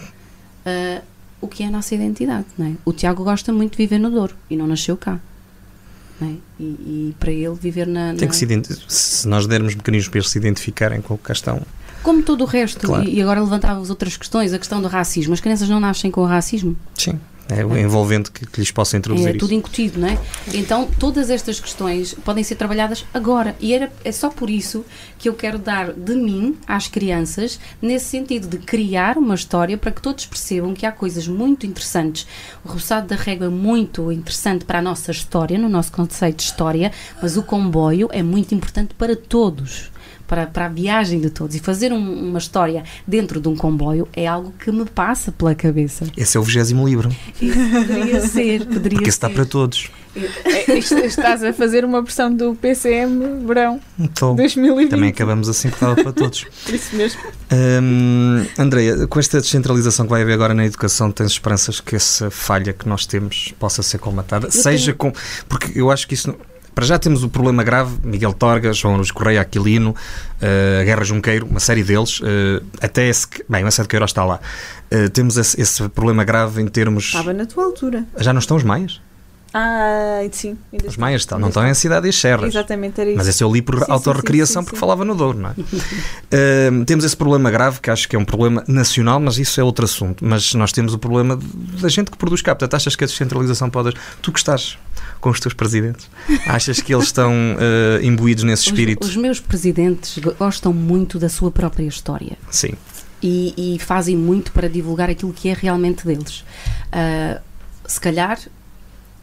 Speaker 3: ah, o que é a nossa identidade, não é? O Tiago gosta muito de viver no Douro e não nasceu cá. não é? E, e para ele viver na,
Speaker 1: Tem
Speaker 3: na-
Speaker 1: que se, identi- se nós dermos mecanismos para eles se identificarem com o que cá estão,
Speaker 3: Como todo o resto,
Speaker 1: Claro.
Speaker 3: e e agora levantávamos outras questões, a questão do racismo. As crianças não nascem com o racismo,
Speaker 1: sim, é o envolvente que, que lhes possa introduzir
Speaker 3: é tudo
Speaker 1: isso.
Speaker 3: incutido, não é? Então, todas estas questões podem ser trabalhadas agora. E era, é só por isso que eu quero dar de mim às crianças, nesse sentido de criar uma história para que todos percebam que há coisas muito interessantes. O roçado da régua é muito interessante para a nossa história, no nosso conceito de história, mas o comboio é muito importante para todos. para, para a viagem de todos e fazer um- uma história dentro de um comboio é algo que me passa pela cabeça.
Speaker 1: Esse é o vigésimo livro,
Speaker 3: Poderia ser, poderia
Speaker 1: porque esse
Speaker 3: ser.
Speaker 1: está para todos.
Speaker 2: Estás a fazer uma versão do PCM verão
Speaker 1: Então,
Speaker 2: 2020.
Speaker 1: também acabamos assim que estava para todos.
Speaker 2: Por isso mesmo.
Speaker 1: Hum, Andreia, com esta descentralização que vai haver agora na educação, tens esperanças que essa falha que nós temos possa ser colmatada? seja com. Porque eu acho que isso. não- Para já temos o problema grave, Miguel Torga, João Luís Correia, Aquilino, eh, Guerra Junqueiro, uma série deles, eh, até esse. que- Bem, o Sérgio Queiroz está lá. Eh, temos esse, esse problema grave em termos.
Speaker 2: Estava na tua altura.
Speaker 1: Já não estão os maias?
Speaker 2: Ah, sim. ainda
Speaker 1: Os
Speaker 2: está.
Speaker 1: maias estão, não estão em cidade e as serras.
Speaker 2: Exatamente, era isso.
Speaker 1: Mas esse eu li por
Speaker 2: Sim, sim,
Speaker 1: autorrecriação
Speaker 2: sim, sim,
Speaker 1: porque
Speaker 2: sim.
Speaker 1: falava no Douro, não é? Ahm, temos esse problema grave, que acho que é um problema nacional, mas isso é outro assunto. Mas nós temos o problema de- da gente que produz cá. Portanto, achas que a descentralização pode. Tu que estás com os teus presidentes? Achas que eles estão eh, imbuídos nesse
Speaker 3: Os-
Speaker 1: espírito?
Speaker 3: Os, meus presidentes go- gostam muito da sua própria história
Speaker 1: Sim.
Speaker 3: e, e fazem muito para divulgar aquilo que é realmente deles. Ah, se calhar,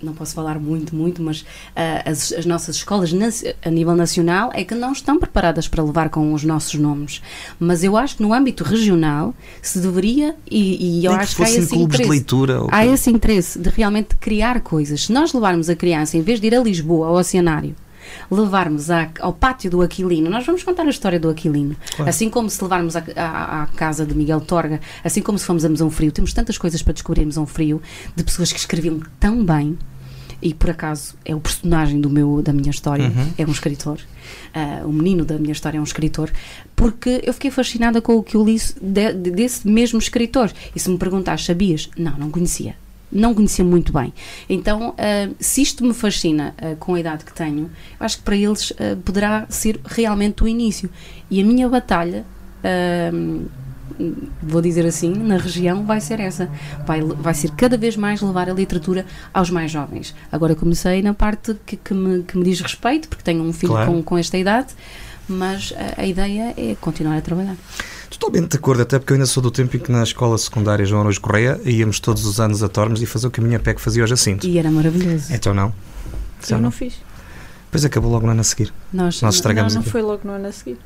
Speaker 3: não posso falar muito, muito, mas ah, as, as nossas escolas nas- a nível nacional é que não estão preparadas para levar com os nossos nomes. Mas eu acho que no âmbito regional se deveria, e, e eu
Speaker 1: Nem que
Speaker 3: acho que há
Speaker 1: fossem
Speaker 3: esse
Speaker 1: clubes de
Speaker 3: interesse.
Speaker 1: leitura. ou-
Speaker 3: Há esse interesse de realmente criar coisas. Se nós levarmos a criança, em vez de ir a Lisboa, ao Oceanário, levarmos à- ao pátio do Aquilino, nós vamos contar a história do Aquilino. Assim como se levarmos à, à- à casa de Miguel Torga, assim como se formos a Mesão Frio, temos tantas coisas para descobrirmos a um frio de pessoas que escreviam tão bem. E por acaso é o personagem do meu, da minha história, é um escritor. Ah, o menino da minha história é um escritor, porque eu fiquei fascinada com o que eu li de- de- desse mesmo escritor. E se me perguntas, sabias? Não, não conhecia. Não conhecia muito bem. Então, ah, se isto me fascina ah, com a idade que tenho, eu acho que para eles ah, poderá ser realmente o início. E a minha batalha. ah, vou dizer assim, na região vai ser essa. Vai, vai ser cada vez mais levar a literatura aos mais jovens. Agora comecei na parte que, que, me, que me diz respeito, porque tenho um filho
Speaker 1: Claro.
Speaker 3: com, com esta idade, mas a, a ideia é continuar a trabalhar.
Speaker 1: Totalmente de acordo, até porque eu ainda sou do tempo em que na escola secundária João Araújo Correia íamos todos os anos a Tormes e fazer o que a minha PEC fazia hoje a Cinto.
Speaker 3: E era maravilhoso.
Speaker 1: Então não. Então
Speaker 2: Eu não
Speaker 1: não.
Speaker 2: fiz.
Speaker 1: Depois acabou logo no ano a seguir.
Speaker 3: Nós,
Speaker 1: Nós estragamos
Speaker 2: não, não
Speaker 1: aquilo.
Speaker 2: foi logo no ano a seguir.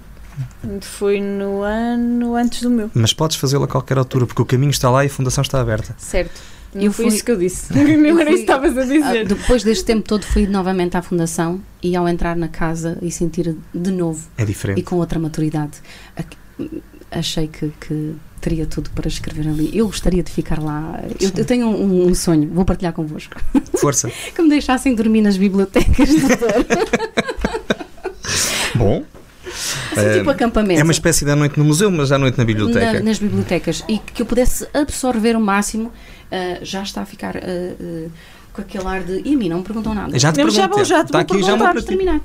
Speaker 2: Foi no ano antes do meu.
Speaker 1: Mas podes fazê-lo a qualquer altura, porque o caminho está lá e a fundação está aberta.
Speaker 2: Certo. Não
Speaker 3: Eu
Speaker 2: foi
Speaker 3: fui-
Speaker 2: isso que eu disse. Não
Speaker 3: Eu
Speaker 2: era isso que
Speaker 3: fui-
Speaker 2: estavas a
Speaker 3: Ah,
Speaker 2: dizer.
Speaker 3: depois deste tempo todo fui novamente à fundação e ao entrar na casa e sentir de novo
Speaker 1: É
Speaker 3: e
Speaker 1: diferente.
Speaker 3: com outra maturidade. Ac- Achei que, que teria tudo para escrever ali. Eu gostaria de ficar lá. Eu, eu tenho um, um sonho, vou partilhar convosco.
Speaker 1: Força.
Speaker 3: Que me deixassem dormir nas bibliotecas do Douro.
Speaker 1: Bom.
Speaker 3: Assim, tipo acampamento.
Speaker 1: É uma espécie da noite no museu, mas à noite na biblioteca.
Speaker 3: Na- nas bibliotecas. E que eu pudesse absorver o máximo, ah, já está a ficar ah, ah, com aquele ar de. E a mim não me perguntam nada.
Speaker 1: Já te
Speaker 2: Não, já
Speaker 1: perguntei.
Speaker 2: vou, já te
Speaker 1: Está
Speaker 2: vou
Speaker 1: Tá aqui já uma
Speaker 2: perguntar,
Speaker 1: para ti.
Speaker 3: terminar.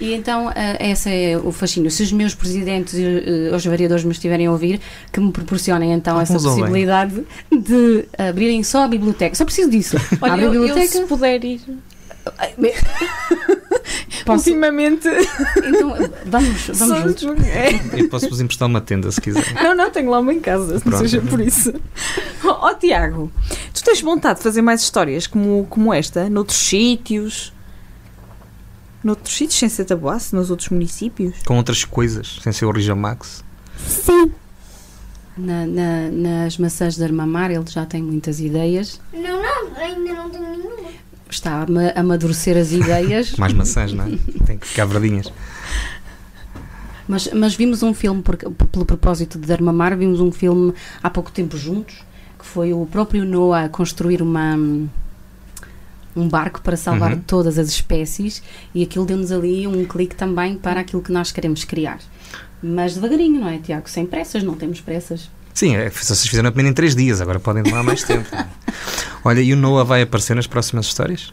Speaker 3: E então, eh, esse é o fascínio. Se os meus presidentes, eh, eh, os vereadores me estiverem a ouvir, que me proporcionem então
Speaker 1: Alguns
Speaker 3: essa
Speaker 1: ouvem.
Speaker 3: possibilidade de abrirem só a biblioteca. Só preciso disso. Abre
Speaker 2: Olha,
Speaker 3: a
Speaker 2: eu, eu
Speaker 3: biblioteca.
Speaker 2: se puder ir.
Speaker 3: posso-
Speaker 2: Ultimamente,
Speaker 3: Então, eh, vamos, vamos
Speaker 2: só
Speaker 3: juntos.
Speaker 2: juntos. É.
Speaker 1: Eu posso vos emprestar uma tenda se quiser.
Speaker 2: Não, não, tenho lá uma em casa,
Speaker 1: Pronto.
Speaker 2: não seja por isso. Ó oh, Tiago, tu tens vontade de fazer mais histórias como, como esta, noutros sítios? Noutros sítios sem ser tabuaço, nos outros municípios?
Speaker 1: Com outras coisas, sem ser o Rijal Max.
Speaker 4: Sim.
Speaker 3: Na- na- nas maçãs da Armamar, ele já tem muitas ideias.
Speaker 4: Não, não, ainda não tenho nenhuma.
Speaker 3: Está a ama- amadurecer as ideias.
Speaker 1: Mais maçãs, não é? Tem que ficar verdinhas.
Speaker 3: Mas, mas vimos um filme, porque, pelo propósito de Armamar, vimos um filme há pouco tempo juntos, que foi o próprio Noah a construir uma, um barco para salvar
Speaker 1: Uhum.
Speaker 3: todas as espécies e aquilo deu-nos ali um clique também para aquilo que nós queremos criar. Mas devagarinho, não é, Tiago? Sem pressas, não temos pressas.
Speaker 1: Sim, é, se vocês fizeram a primeira em 3 dias, agora podem demorar mais tempo. Olha, e o Noah vai aparecer nas próximas histórias?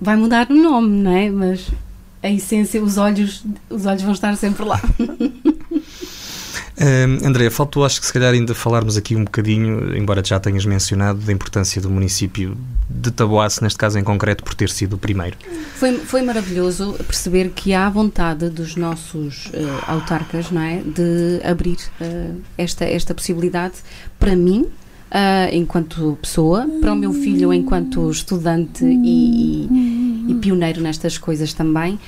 Speaker 3: Vai mudar o nome, não é? Mas a essência, os olhos, os olhos vão estar sempre lá.
Speaker 1: Hum, André, faltou acho que se calhar ainda falarmos aqui um bocadinho, embora já tenhas mencionado, da importância do município de Taboaço, neste caso em concreto, por ter sido o primeiro.
Speaker 3: Foi, foi maravilhoso perceber que há vontade dos nossos eh, autarcas, não é, de abrir eh, esta, esta possibilidade para mim, ah, enquanto pessoa, para o meu filho, enquanto estudante e, e- e pioneiro nestas coisas também.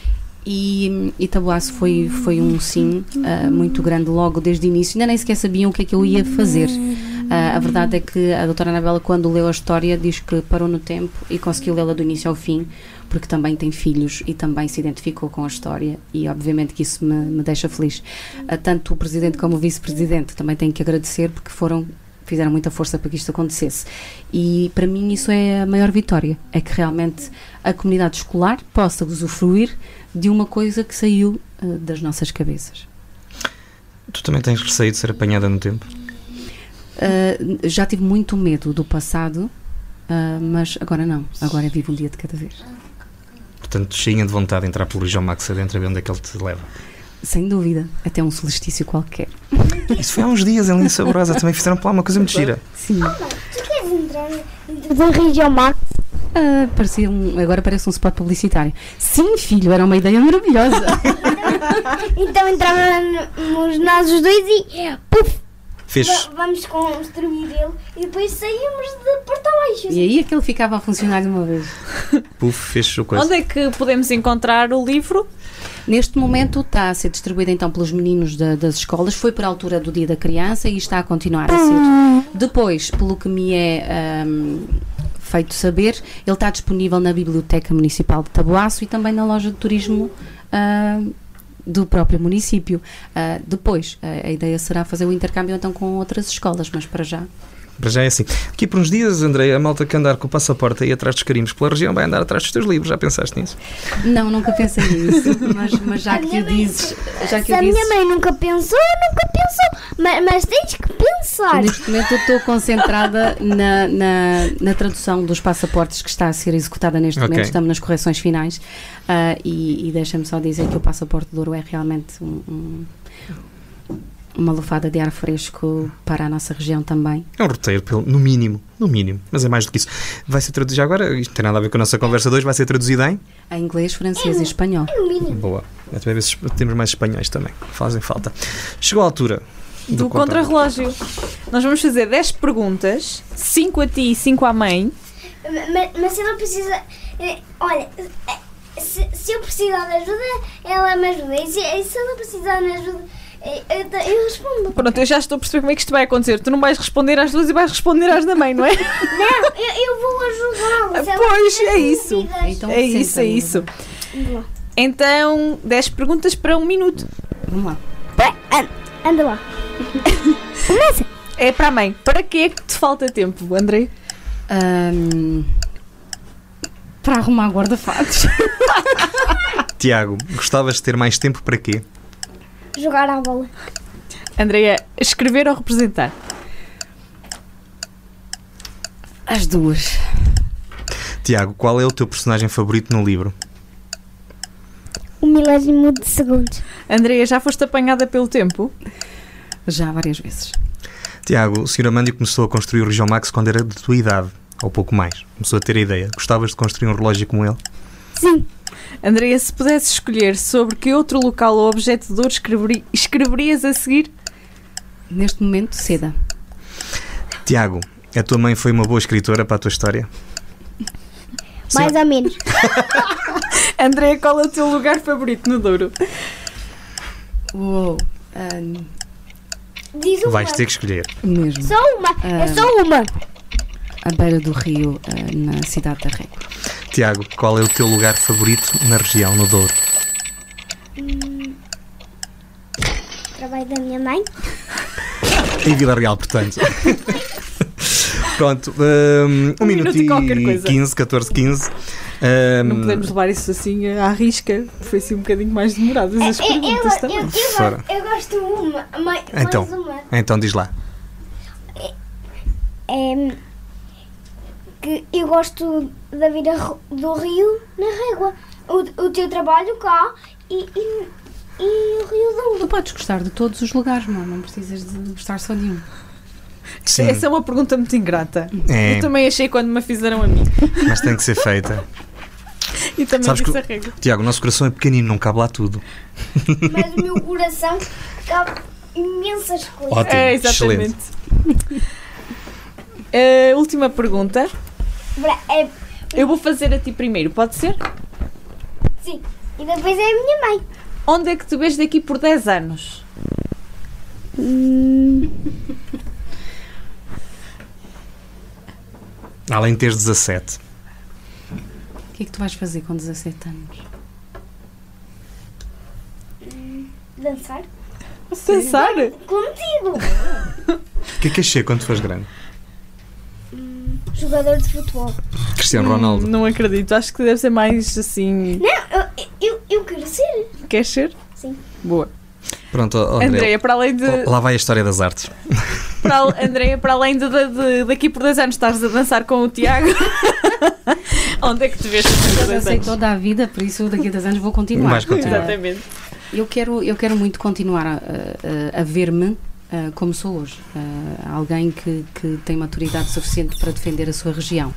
Speaker 3: E, e Taboaço foi, foi um sim ah, muito grande logo desde o início. Ainda nem sequer sabiam o que é que eu ia fazer. Ah, a verdade é que a doutora Anabela, quando leu a história, diz que parou no tempo e conseguiu lê-la do início ao fim, porque também tem filhos e também se identificou com a história e obviamente que isso me, me deixa feliz. Ah, tanto o presidente como o vice-presidente também tenho que agradecer porque foram fizeram muita força para que isto acontecesse e para mim isso é a maior vitória é que realmente a comunidade escolar possa usufruir de uma coisa que saiu ah, das nossas cabeças.
Speaker 1: Tu também tens receio de ser apanhada no tempo?
Speaker 3: Uh, já tive muito medo do passado, uh, mas agora não. Agora vivo um dia de cada vez.
Speaker 1: Portanto, cheinha de vontade de entrar pelo Rijal Max adentro a ver onde é que ele te leva.
Speaker 3: Sem dúvida, até um solstício qualquer.
Speaker 1: Isso foi há uns dias em Linha Saborosa, também fizeram para lá uma coisa muito gira.
Speaker 3: Sim.
Speaker 4: Tu queres entrar na região Max?
Speaker 3: Ah, parecia um, agora parece um spot publicitário. Sim, filho, era uma ideia maravilhosa.
Speaker 4: Então entrávamos nós os dois e puf,
Speaker 1: Fez.
Speaker 4: va- vamos construir ele e depois saímos de porta abaixo.
Speaker 3: e aí aquele ficava a funcionar de uma vez.
Speaker 1: Puf, fez o coisa.
Speaker 2: Onde é que podemos encontrar o livro?
Speaker 3: Neste momento está a ser distribuído então pelos meninos da- das escolas, foi por altura do Dia da Criança e está a continuar a ser. Depois, pelo que me é ahm, feito saber, ele está disponível na Biblioteca Municipal de Taboaço e também na loja de turismo ahm, do próprio município. Ah, depois, a, a ideia será fazer o intercâmbio então com outras escolas, mas para já.
Speaker 1: Para já é assim. Aqui por uns dias, André, a malta que andar com o passaporte aí atrás dos carimbos pela região vai andar atrás dos teus livros. Já pensaste nisso?
Speaker 3: Não, nunca pensei nisso, mas, mas já que o dizes. Já que
Speaker 4: Se
Speaker 3: o
Speaker 4: a minha
Speaker 3: dizes
Speaker 4: mãe nunca pensou, nunca pensou. Mas, mas tens que pensar.
Speaker 3: Neste momento eu estou concentrada na, na, na tradução dos passaportes que está a ser executada neste
Speaker 1: Ok.
Speaker 3: momento, estamos nas correções finais ah, e, e deixa-me só dizer que o passaporte de ouro é realmente um- um- uma lufada de ar fresco para a nossa região também.
Speaker 1: É um roteiro, pelo, no mínimo. No mínimo. Mas é mais do que isso. Vai ser traduzido já agora. Isto não tem nada a ver com a nossa conversa de hoje. Vai ser traduzido em.
Speaker 3: Em inglês, francês e espanhol.
Speaker 4: No mínimo.
Speaker 1: Boa. É também ver se temos mais espanhóis também. Fazem falta. Chegou a altura do,
Speaker 2: Do
Speaker 1: contra-
Speaker 2: contrarrelógio. Nós vamos fazer 10 perguntas, 5 a ti e 5 à mãe.
Speaker 4: Mas, mas ela precisa. eh, Olha, eh, se, se eu precisar de ajuda, ela me ajuda. E se, e se ela precisar de ajuda, eh, eu, te- eu respondo.
Speaker 2: Pronto, eu já estou a perceber como é que isto vai acontecer. Tu não vais responder às duas e vais responder às da mãe, não é?
Speaker 4: Não, eu, eu vou ajudá-la. se ela
Speaker 2: Pois,
Speaker 4: tiver
Speaker 2: é isso.
Speaker 4: dúvidas.
Speaker 3: Então,
Speaker 2: é isso, é
Speaker 3: sentem,
Speaker 2: isso. Então, 10 perguntas para um minuto.
Speaker 3: Vamos lá.
Speaker 4: Anda lá.
Speaker 2: É para a mãe. Para que é que te falta tempo, André?
Speaker 3: Ahm, para arrumar guarda-fatos.
Speaker 1: Tiago, gostavas de ter mais tempo para quê?
Speaker 4: Jogar à bola.
Speaker 2: Andreia, escrever ou representar?
Speaker 3: As duas.
Speaker 1: Tiago, qual é o teu personagem favorito no livro?
Speaker 4: Um milésimo de segundos.
Speaker 2: Andreia, já foste apanhada pelo tempo?
Speaker 3: Já várias vezes.
Speaker 1: Tiago, o Sr. Amândio começou a construir o Região Max quando era de tua idade, ou pouco mais. Começou a ter a ideia. Gostavas de construir um relógio como ele?
Speaker 4: Sim.
Speaker 2: Andreia, se pudesse escolher sobre que outro local ou objeto de dor escreveri- escreverias a seguir?
Speaker 3: Neste momento, seda.
Speaker 1: Tiago, a tua mãe foi uma boa escritora para a tua história? Sim.
Speaker 4: Mais ou menos.
Speaker 2: Andreia, qual é o teu lugar favorito no Douro?
Speaker 3: Uou. ahm,
Speaker 4: Diz uma.
Speaker 1: Vais ter que escolher.
Speaker 3: Ah, mesmo.
Speaker 4: Só uma.
Speaker 3: Ah.
Speaker 4: É só uma.
Speaker 3: à beira do rio, eh, na cidade da Régua.
Speaker 1: Tiago, qual é o teu lugar favorito na região, no Douro?
Speaker 4: Trabalho da minha mãe.
Speaker 1: Em Vila Real, portanto. Pronto, um, um minuto,
Speaker 2: minuto e qualquer
Speaker 1: e
Speaker 2: coisa.
Speaker 1: 15, 14, 15.
Speaker 2: Não
Speaker 1: Hum,
Speaker 2: podemos levar isso assim à risca. Foi assim um bocadinho mais demoradas as
Speaker 4: Eu, É, eu,
Speaker 2: perguntas tá também.
Speaker 4: eu,
Speaker 1: Fora.
Speaker 4: eu, eu gosto uma. Mais,
Speaker 1: Então.
Speaker 4: mais uma.
Speaker 1: Então diz lá.
Speaker 4: É, que eu gosto da vida ro- do rio na régua. O, o teu trabalho cá e, e, e o rio do
Speaker 3: Tu podes gostar de todos os lugares, não, não precisas de gostar só de um.
Speaker 1: Sim,
Speaker 2: Essa é uma pergunta muito ingrata.
Speaker 1: É.
Speaker 2: Eu também achei quando me a fizeram a mim.
Speaker 1: mas tem que ser feita.
Speaker 2: E também
Speaker 1: Sabes
Speaker 2: disse
Speaker 1: que-
Speaker 2: a regra.
Speaker 1: Tiago, o nosso coração é pequenino, não cabe lá tudo.
Speaker 4: mas o meu coração cabe imensas coisas.
Speaker 1: Ótimo,
Speaker 2: É,
Speaker 1: excelente.
Speaker 2: exatamente. Eh, última pergunta.
Speaker 4: Bra- É,
Speaker 2: Eu vou fazer a ti primeiro, pode ser?
Speaker 4: sim. E depois é a minha mãe.
Speaker 2: Onde é que tu vês daqui por 10 anos?
Speaker 1: Além de teres 17.
Speaker 3: O que é que tu vais fazer com 17 anos?
Speaker 4: Dançar
Speaker 2: Pensar?
Speaker 4: contigo.
Speaker 1: O que é que achei quando fores grande?
Speaker 4: Jogador de futebol.
Speaker 1: Cristiano Ronaldo.
Speaker 2: Hum, Não acredito. Acho que deve ser mais assim.
Speaker 4: Não, eu, eu, eu quero ser.
Speaker 2: Quer ser?
Speaker 4: Sim.
Speaker 2: Boa.
Speaker 1: Pronto, ó, Oh, André. Oh,
Speaker 2: Andreia, para além de.
Speaker 1: Lá vai a história das artes.
Speaker 2: Para, al- Andreia, para além de, de- de- daqui por 10 anos estás a dançar com o Tiago. Onde é que te vês daqui por
Speaker 3: Eu
Speaker 2: 10
Speaker 3: sei
Speaker 2: anos?
Speaker 3: toda a vida, por isso daqui a 10 anos vou continuar.
Speaker 1: Vais continuar.
Speaker 2: Exatamente.
Speaker 3: Eu quero, eu quero muito continuar a, a- a ver-me ah, como sou hoje. Ah, alguém que, que tem maturidade suficiente para defender a sua região.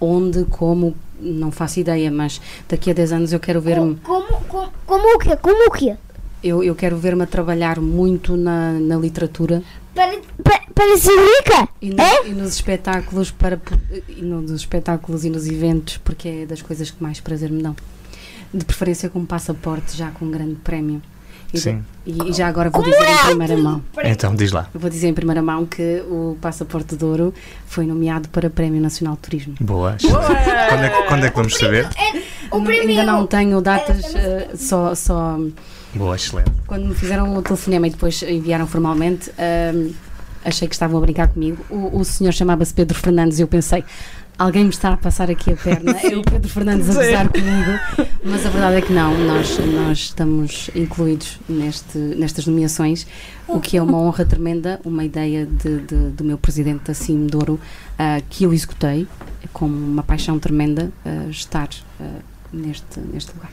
Speaker 3: onde, como, não faço ideia, mas daqui a 10 anos eu quero ver-me
Speaker 4: Como, como, como o quê? Como o quê?
Speaker 3: eu, eu quero ver-me a trabalhar muito na, na literatura
Speaker 4: Para, para, para ser rica?
Speaker 3: e, no- e nos espetáculos para po- e nos espetáculos e nos eventos porque é das coisas que mais prazer me dão. De preferência com um passaporte já com um grande prémio. E,
Speaker 1: Sim.
Speaker 3: E, e já agora vou dizer em primeira mão.
Speaker 1: Então, diz lá.
Speaker 3: Vou dizer em primeira mão que o passaporte de ouro foi nomeado para Prémio Nacional de Turismo.
Speaker 1: Boa. Quando é, que- quando é que vamos saber?
Speaker 4: O
Speaker 3: Não-
Speaker 4: primeiro. É,
Speaker 3: ainda não tenho datas, eh, só, só
Speaker 1: Boa, excelente.
Speaker 3: quando me fizeram o telefonema e depois enviaram formalmente, ahm, achei que estavam a brincar comigo. O, o senhor chamava-se Pedro Fernandes e eu pensei. Alguém me está a passar aqui a perna, é o Pedro Fernandes a gozar comigo, mas a verdade é que não, nós, nós estamos incluídos neste, nestas nomeações, o que é uma honra tremenda, uma ideia de, de- do meu presidente da CIM Douro, ah, que eu executei com uma paixão tremenda, ah, estar ah, neste, neste lugar.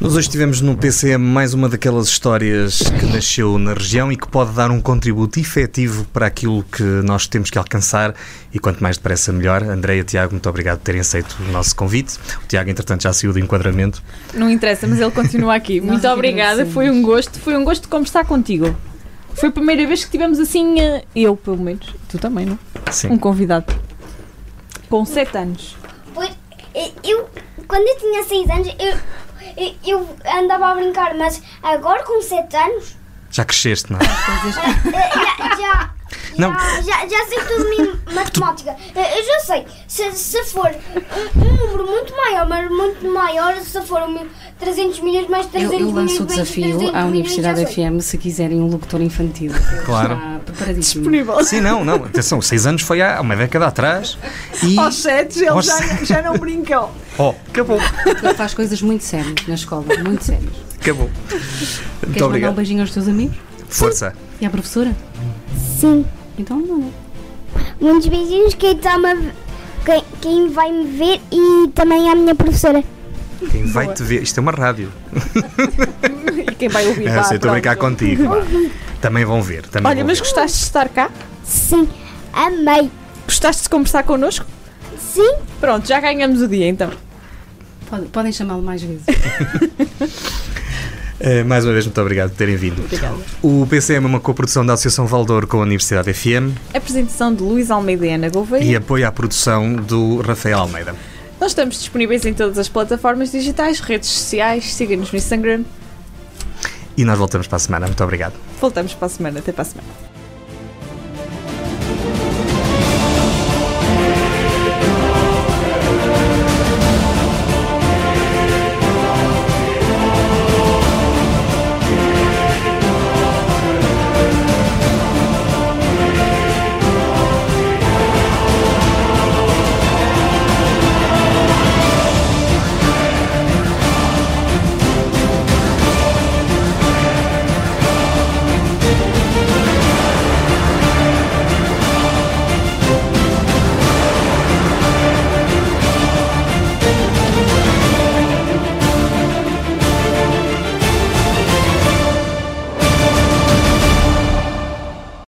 Speaker 1: Nós hoje tivemos no PCM mais uma daquelas histórias que nasceu na região e que pode dar um contributo efetivo para aquilo que nós temos que alcançar e quanto mais depressa melhor. Andreia, Tiago, muito obrigado por terem aceito o nosso convite. O Tiago, entretanto, já saiu do enquadramento.
Speaker 2: Não interessa, mas ele continua aqui.
Speaker 3: Nós
Speaker 2: Muito obrigada,
Speaker 3: agradecemos.
Speaker 2: foi um gosto, foi um gosto conversar contigo. Foi a primeira vez que tivemos assim, eh, eu pelo menos, tu também, não? Um
Speaker 1: Sim.
Speaker 2: convidado. Com 7 anos.
Speaker 4: Pois, eh, eu, quando eu tinha 6 anos, eu, eu- eu andava a brincar, mas agora com 7 anos,
Speaker 1: Já cresceste, não é?
Speaker 4: eh, já, já,
Speaker 1: Não.
Speaker 4: já, já, já sei tudo em matemática. Eh, Eu já sei, se, se for um, um número muito maior, mas muito maior, se for um, mil- 300 milhões mais 300
Speaker 3: Eu, eu
Speaker 4: milhões
Speaker 3: lanço o
Speaker 4: mais
Speaker 3: desafio
Speaker 4: 300
Speaker 3: à
Speaker 4: milhões,
Speaker 3: Universidade
Speaker 4: já sei.
Speaker 3: FM se quiserem um locutor infantil. Ele
Speaker 1: Claro.
Speaker 3: Está preparadíssimo.
Speaker 1: Sim, não, não. Atenção, seis anos foi há uma década atrás. E...
Speaker 2: Aos 7 ele
Speaker 1: Aos
Speaker 2: já,
Speaker 1: sete.
Speaker 2: já não brincam.
Speaker 1: Oh, acabou,
Speaker 3: Ele faz coisas muito sérias na escola, muito sérias.
Speaker 1: acabou. Muito
Speaker 3: Queres mandar um
Speaker 1: obrigado.
Speaker 3: beijinho aos teus amigos?
Speaker 1: Força.
Speaker 3: E à professora?
Speaker 4: Sim.
Speaker 3: Então, não, não.
Speaker 4: Muitos beijinhos quem, tá -me, quem, quem vai me ver e também à minha professora.
Speaker 1: Quem vai te ver? Isto é uma rádio.
Speaker 2: E quem vai ouvir?
Speaker 1: Ah,
Speaker 2: vá,
Speaker 1: sim, estou a brincar
Speaker 2: pronto.
Speaker 1: contigo. vá. Também vão ver. Também
Speaker 2: Olha,
Speaker 1: vão
Speaker 2: mas
Speaker 1: ver.
Speaker 2: gostaste de estar cá?
Speaker 4: Sim, amei.
Speaker 2: Gostaste de conversar connosco?
Speaker 4: Sim,
Speaker 2: Pronto, já ganhamos o dia então.
Speaker 3: Podem, podem chamá-lo mais vezes.
Speaker 1: Eh, mais uma vez, muito obrigado por terem vindo. O PCM é uma coprodução da Associação Valdor com a Universidade FM
Speaker 2: Apresentação de Luís Almeida e Ana Gouveia.
Speaker 1: e apoio à produção do Rafael Almeida.
Speaker 2: Nós estamos disponíveis em todas as plataformas digitais, redes sociais, siga-nos no Instagram.
Speaker 1: E nós voltamos para a semana. Muito obrigado.
Speaker 2: Voltamos para a semana, até para a semana.